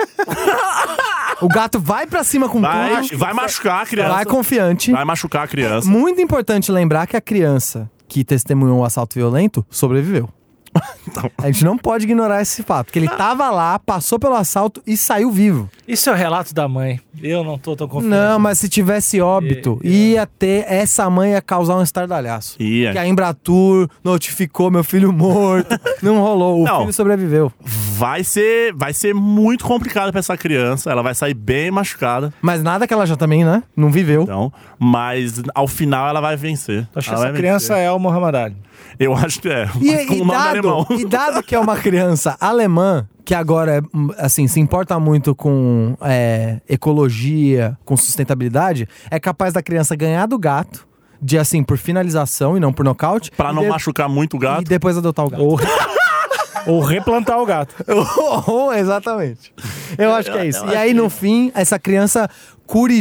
[SPEAKER 2] O gato vai pra cima com
[SPEAKER 3] vai,
[SPEAKER 2] tudo.
[SPEAKER 3] vai machucar a criança.
[SPEAKER 2] *laughs* Vai confiante.
[SPEAKER 3] Vai machucar a criança.
[SPEAKER 2] Muito importante lembrar que a criança que testemunhou um assalto violento sobreviveu.
[SPEAKER 3] *laughs* Então.
[SPEAKER 2] A gente não pode ignorar esse fato, que ele tava lá, passou pelo assalto e saiu vivo.
[SPEAKER 1] Isso é o relato da mãe. Eu não tô tão confiante.
[SPEAKER 2] Não, mas se tivesse óbito,
[SPEAKER 1] É, é.
[SPEAKER 2] ia ter essa mãe ia causar um estardalhaço.
[SPEAKER 3] Ia.
[SPEAKER 2] Que a Embratur notificou meu filho
[SPEAKER 3] *laughs*
[SPEAKER 2] morto. não rolou, o
[SPEAKER 3] Não.
[SPEAKER 2] filho sobreviveu.
[SPEAKER 3] Vai ser vai ser muito complicado pra essa criança, ela vai sair bem machucada,
[SPEAKER 2] Mas nada que ela já também, né? Não viveu.
[SPEAKER 3] então, mas ao final ela vai vencer.
[SPEAKER 1] Acho que
[SPEAKER 3] Ela
[SPEAKER 1] essa
[SPEAKER 3] Ah, vai
[SPEAKER 1] criança é o Muhammad Ali.
[SPEAKER 3] vencer. Eu acho que é.
[SPEAKER 2] E,
[SPEAKER 3] mas *laughs* com
[SPEAKER 2] e
[SPEAKER 3] o nome
[SPEAKER 2] dado,
[SPEAKER 3] alemão.
[SPEAKER 2] e dado que é uma criança alemã, que agora é, hum, assim, se importa muito com é, ecologia, com sustentabilidade, é capaz da criança ganhar do gato, de assim, por finalização e não por nocaute.
[SPEAKER 3] Pra
[SPEAKER 2] e
[SPEAKER 3] não
[SPEAKER 2] de-
[SPEAKER 3] machucar muito o
[SPEAKER 2] E
[SPEAKER 3] gato.
[SPEAKER 2] depois adotar o gato. *laughs*
[SPEAKER 1] Ou, *laughs* ou replantar o gato.
[SPEAKER 2] Oh, exatamente. Eu acho que é isso.
[SPEAKER 3] Eu
[SPEAKER 2] E
[SPEAKER 3] acho
[SPEAKER 2] aí,
[SPEAKER 3] que-
[SPEAKER 2] no fim, essa criança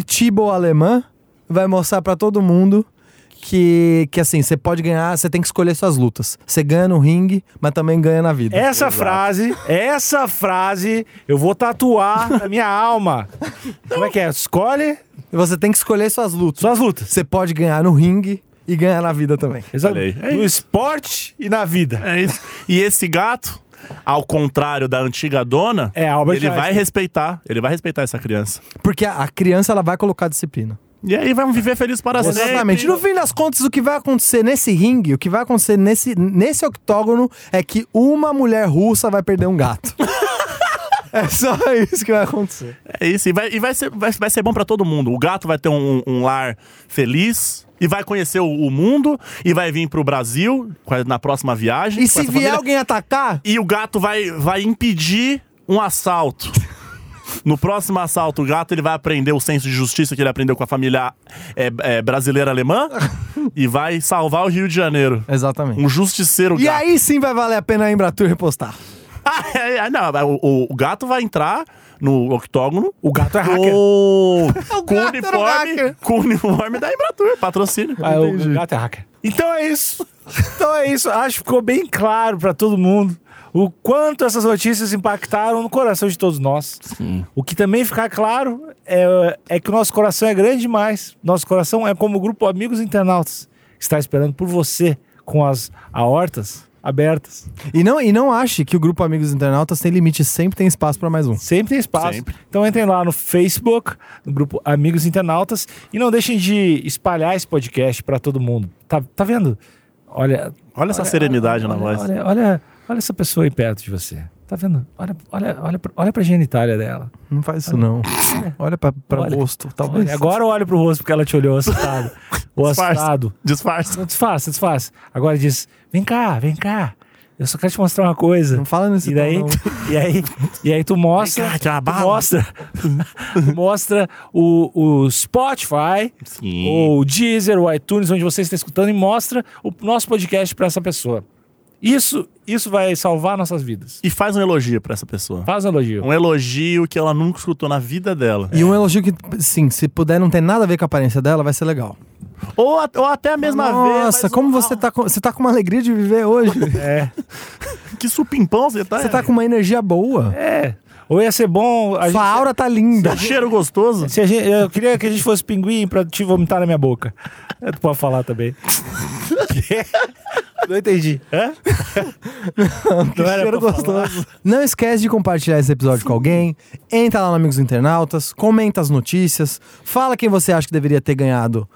[SPEAKER 2] curitibo-alemã vai mostrar pra todo mundo que, que assim, você pode ganhar, você tem que escolher suas lutas. Você ganha no ringue, mas também ganha na vida.
[SPEAKER 1] Essa frase, essa frase, eu vou
[SPEAKER 3] *laughs*
[SPEAKER 1] tatuar na minha alma. Como é que é? Escolhe
[SPEAKER 2] Você tem que escolher suas lutas.
[SPEAKER 1] suas lutas.
[SPEAKER 2] Você pode ganhar no ringue e ganhar na vida também.
[SPEAKER 1] Exato.
[SPEAKER 3] Olha aí. É
[SPEAKER 1] No esporte e na vida.
[SPEAKER 3] É isso. E esse gato, ao contrário da antiga dona,
[SPEAKER 1] É, Albert
[SPEAKER 3] ele vai
[SPEAKER 1] Einstein.
[SPEAKER 3] respeitar. Ele vai respeitar essa criança.
[SPEAKER 2] Porque a, a criança ela vai colocar disciplina.
[SPEAKER 3] E aí vamos viver felizes para sempre.
[SPEAKER 2] Exatamente. No fim das contas, o que vai acontecer nesse ringue, o que vai acontecer nesse, nesse octógono é que uma mulher russa vai perder um gato. *laughs* é só isso que vai acontecer.
[SPEAKER 3] É isso. E vai, e vai ser, vai, vai ser bom para todo mundo. O gato vai ter um, um lar feliz. E vai conhecer o, o mundo. E vai vir pro Brasil com- na próxima viagem.
[SPEAKER 2] E
[SPEAKER 3] com
[SPEAKER 2] se
[SPEAKER 3] essa
[SPEAKER 2] vier
[SPEAKER 3] família.
[SPEAKER 2] alguém atacar,
[SPEAKER 3] E o gato vai, vai impedir um assalto. No próximo assalto, o gato ele vai aprender o senso de justiça que ele aprendeu com a família é, é, brasileira-alemã
[SPEAKER 2] *laughs*
[SPEAKER 3] e vai salvar o Rio de Janeiro.
[SPEAKER 2] Exatamente.
[SPEAKER 3] Um justiceiro
[SPEAKER 2] E
[SPEAKER 3] gato.
[SPEAKER 2] aí sim vai valer a pena a Embratur repostar.
[SPEAKER 3] Ah, *laughs* é, é, não, mas o, o- o gato vai entrar no octógono.
[SPEAKER 1] O gato é hacker.
[SPEAKER 3] Com, com
[SPEAKER 2] gato era Tá *laughs* o
[SPEAKER 3] uniforme,
[SPEAKER 2] hacker.
[SPEAKER 3] com uniforme da Embratur, patrocínio.
[SPEAKER 1] Ah, o gato é hacker. Então é isso. Então é isso. Acho que ficou bem claro pra todo mundo o quanto essas notícias impactaram no coração de todos nós. O que também ficar claro é, é que o nosso coração é grande demais. Nosso coração é como o grupo Amigos Internautas, que está esperando por você com as aortas abertas.
[SPEAKER 2] E não, e não ache que o grupo Amigos Internautas tem limite, sempre tem espaço pra mais um.
[SPEAKER 1] Sempre tem espaço.
[SPEAKER 3] Sempre.
[SPEAKER 1] Então entrem lá no Facebook, no grupo Amigos Internautas, e não deixem de espalhar esse podcast pra todo mundo. Tá, tá vendo? Olha,
[SPEAKER 3] Olha essa serenidade na
[SPEAKER 1] olha,
[SPEAKER 3] voz.
[SPEAKER 1] Olha, olha, olha essa pessoa aí perto de você. Tá vendo? Olha, olha, olha, pra- olha pra genitália dela.
[SPEAKER 2] Não faz isso, *laughs* não. Olha pra, pra tá
[SPEAKER 1] Olha.
[SPEAKER 2] rosto, talvez.
[SPEAKER 1] Olha, agora eu olho pro rosto porque ela te olhou
[SPEAKER 3] *laughs*
[SPEAKER 1] assustado. Ou
[SPEAKER 3] Disfarça.
[SPEAKER 1] assustado.
[SPEAKER 3] Disfarça.
[SPEAKER 1] Não disfarça, disfarça. Agora diz: vem cá, vem cá. Eu só quero te mostrar uma coisa.
[SPEAKER 2] Não fala nesse
[SPEAKER 1] e daí,
[SPEAKER 2] tom,
[SPEAKER 1] *laughs* e aí, e aí tu mostra,
[SPEAKER 3] Vem cá, tira uma
[SPEAKER 1] tu
[SPEAKER 3] bala.
[SPEAKER 1] mostra, *laughs* tu mostra o, o Spotify,
[SPEAKER 3] Sim.
[SPEAKER 1] ou o Deezer, o iTunes, onde você está escutando e mostra o nosso podcast para essa pessoa. Isso, isso vai salvar nossas vidas.
[SPEAKER 3] E faz um elogio pra essa pessoa.
[SPEAKER 1] Faz um elogio.
[SPEAKER 3] Um elogio que ela nunca escutou na vida
[SPEAKER 1] É.
[SPEAKER 3] dela.
[SPEAKER 2] E um elogio que, sim, se puder não ter nada a ver com a aparência dela, vai ser legal.
[SPEAKER 3] Ou, a- ou até a mesma
[SPEAKER 2] Nossa,
[SPEAKER 3] vez. mas
[SPEAKER 2] como
[SPEAKER 3] um-
[SPEAKER 2] você tá com, você tá com uma alegria de viver
[SPEAKER 1] *laughs*
[SPEAKER 2] hoje.
[SPEAKER 1] É,
[SPEAKER 3] tá- Que supimpão você tá.
[SPEAKER 2] Você tá com uma energia boa.
[SPEAKER 1] é. Ou ia ser bom. A
[SPEAKER 2] Sua
[SPEAKER 1] gente,
[SPEAKER 2] aura tá linda.
[SPEAKER 3] Que um cheiro gostoso.
[SPEAKER 1] se a gente- eu queria que a gente fosse pinguim pra te vomitar na minha boca. É, Tu pode falar também. *laughs* Não entendi. Hã? *laughs* Não era
[SPEAKER 2] cheiro
[SPEAKER 1] pra falar.
[SPEAKER 2] gostoso. Não esquece de compartilhar esse episódio com alguém. Entra lá no Amigos Internautas, comenta as notícias, fala quem você acha que deveria ter ganhado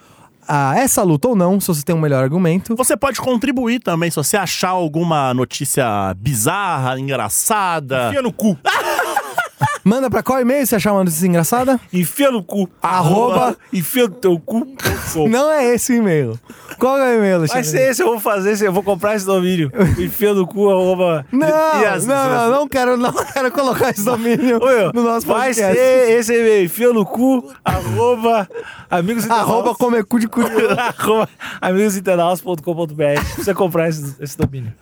[SPEAKER 2] a essa luta ou não, se você tem um melhor argumento.
[SPEAKER 3] Você pode contribuir também se você achar alguma notícia bizarra, engraçada.
[SPEAKER 1] Enfia no cu.
[SPEAKER 2] Manda pra qual e-mail se você achar uma
[SPEAKER 1] *laughs*
[SPEAKER 2] notícia engraçada?
[SPEAKER 1] Enfia no cu.
[SPEAKER 2] Arroba-
[SPEAKER 1] Enfia no teu cu.
[SPEAKER 2] Não é esse o e-mail. Qual é o e-mail, Alexandre?
[SPEAKER 1] Vai ser esse, eu vou fazer esse, eu vou comprar esse
[SPEAKER 2] *laughs*
[SPEAKER 1] domínio. Enfia no cu, arroba.
[SPEAKER 2] Não,
[SPEAKER 3] E as-
[SPEAKER 2] não, não, não quero, não *laughs* quero colocar esse domínio
[SPEAKER 1] Ô, meu,
[SPEAKER 2] no nosso
[SPEAKER 1] vai
[SPEAKER 2] podcast.
[SPEAKER 1] ser esse e-mail, enfia no cu, arroba, amigos *laughs*
[SPEAKER 2] Arroba comecu de curioso.
[SPEAKER 1] arroba amigosinternaus.com.br pra você comprar esse, esse
[SPEAKER 2] *laughs*
[SPEAKER 1] domínio.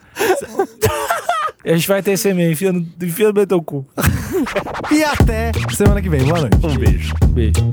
[SPEAKER 1] E a gente vai ter esse e-mail, enfia no, enfia no meio do teu cu.
[SPEAKER 2] E até semana que vem. Boa noite.
[SPEAKER 3] Um beijo.
[SPEAKER 1] Beijo.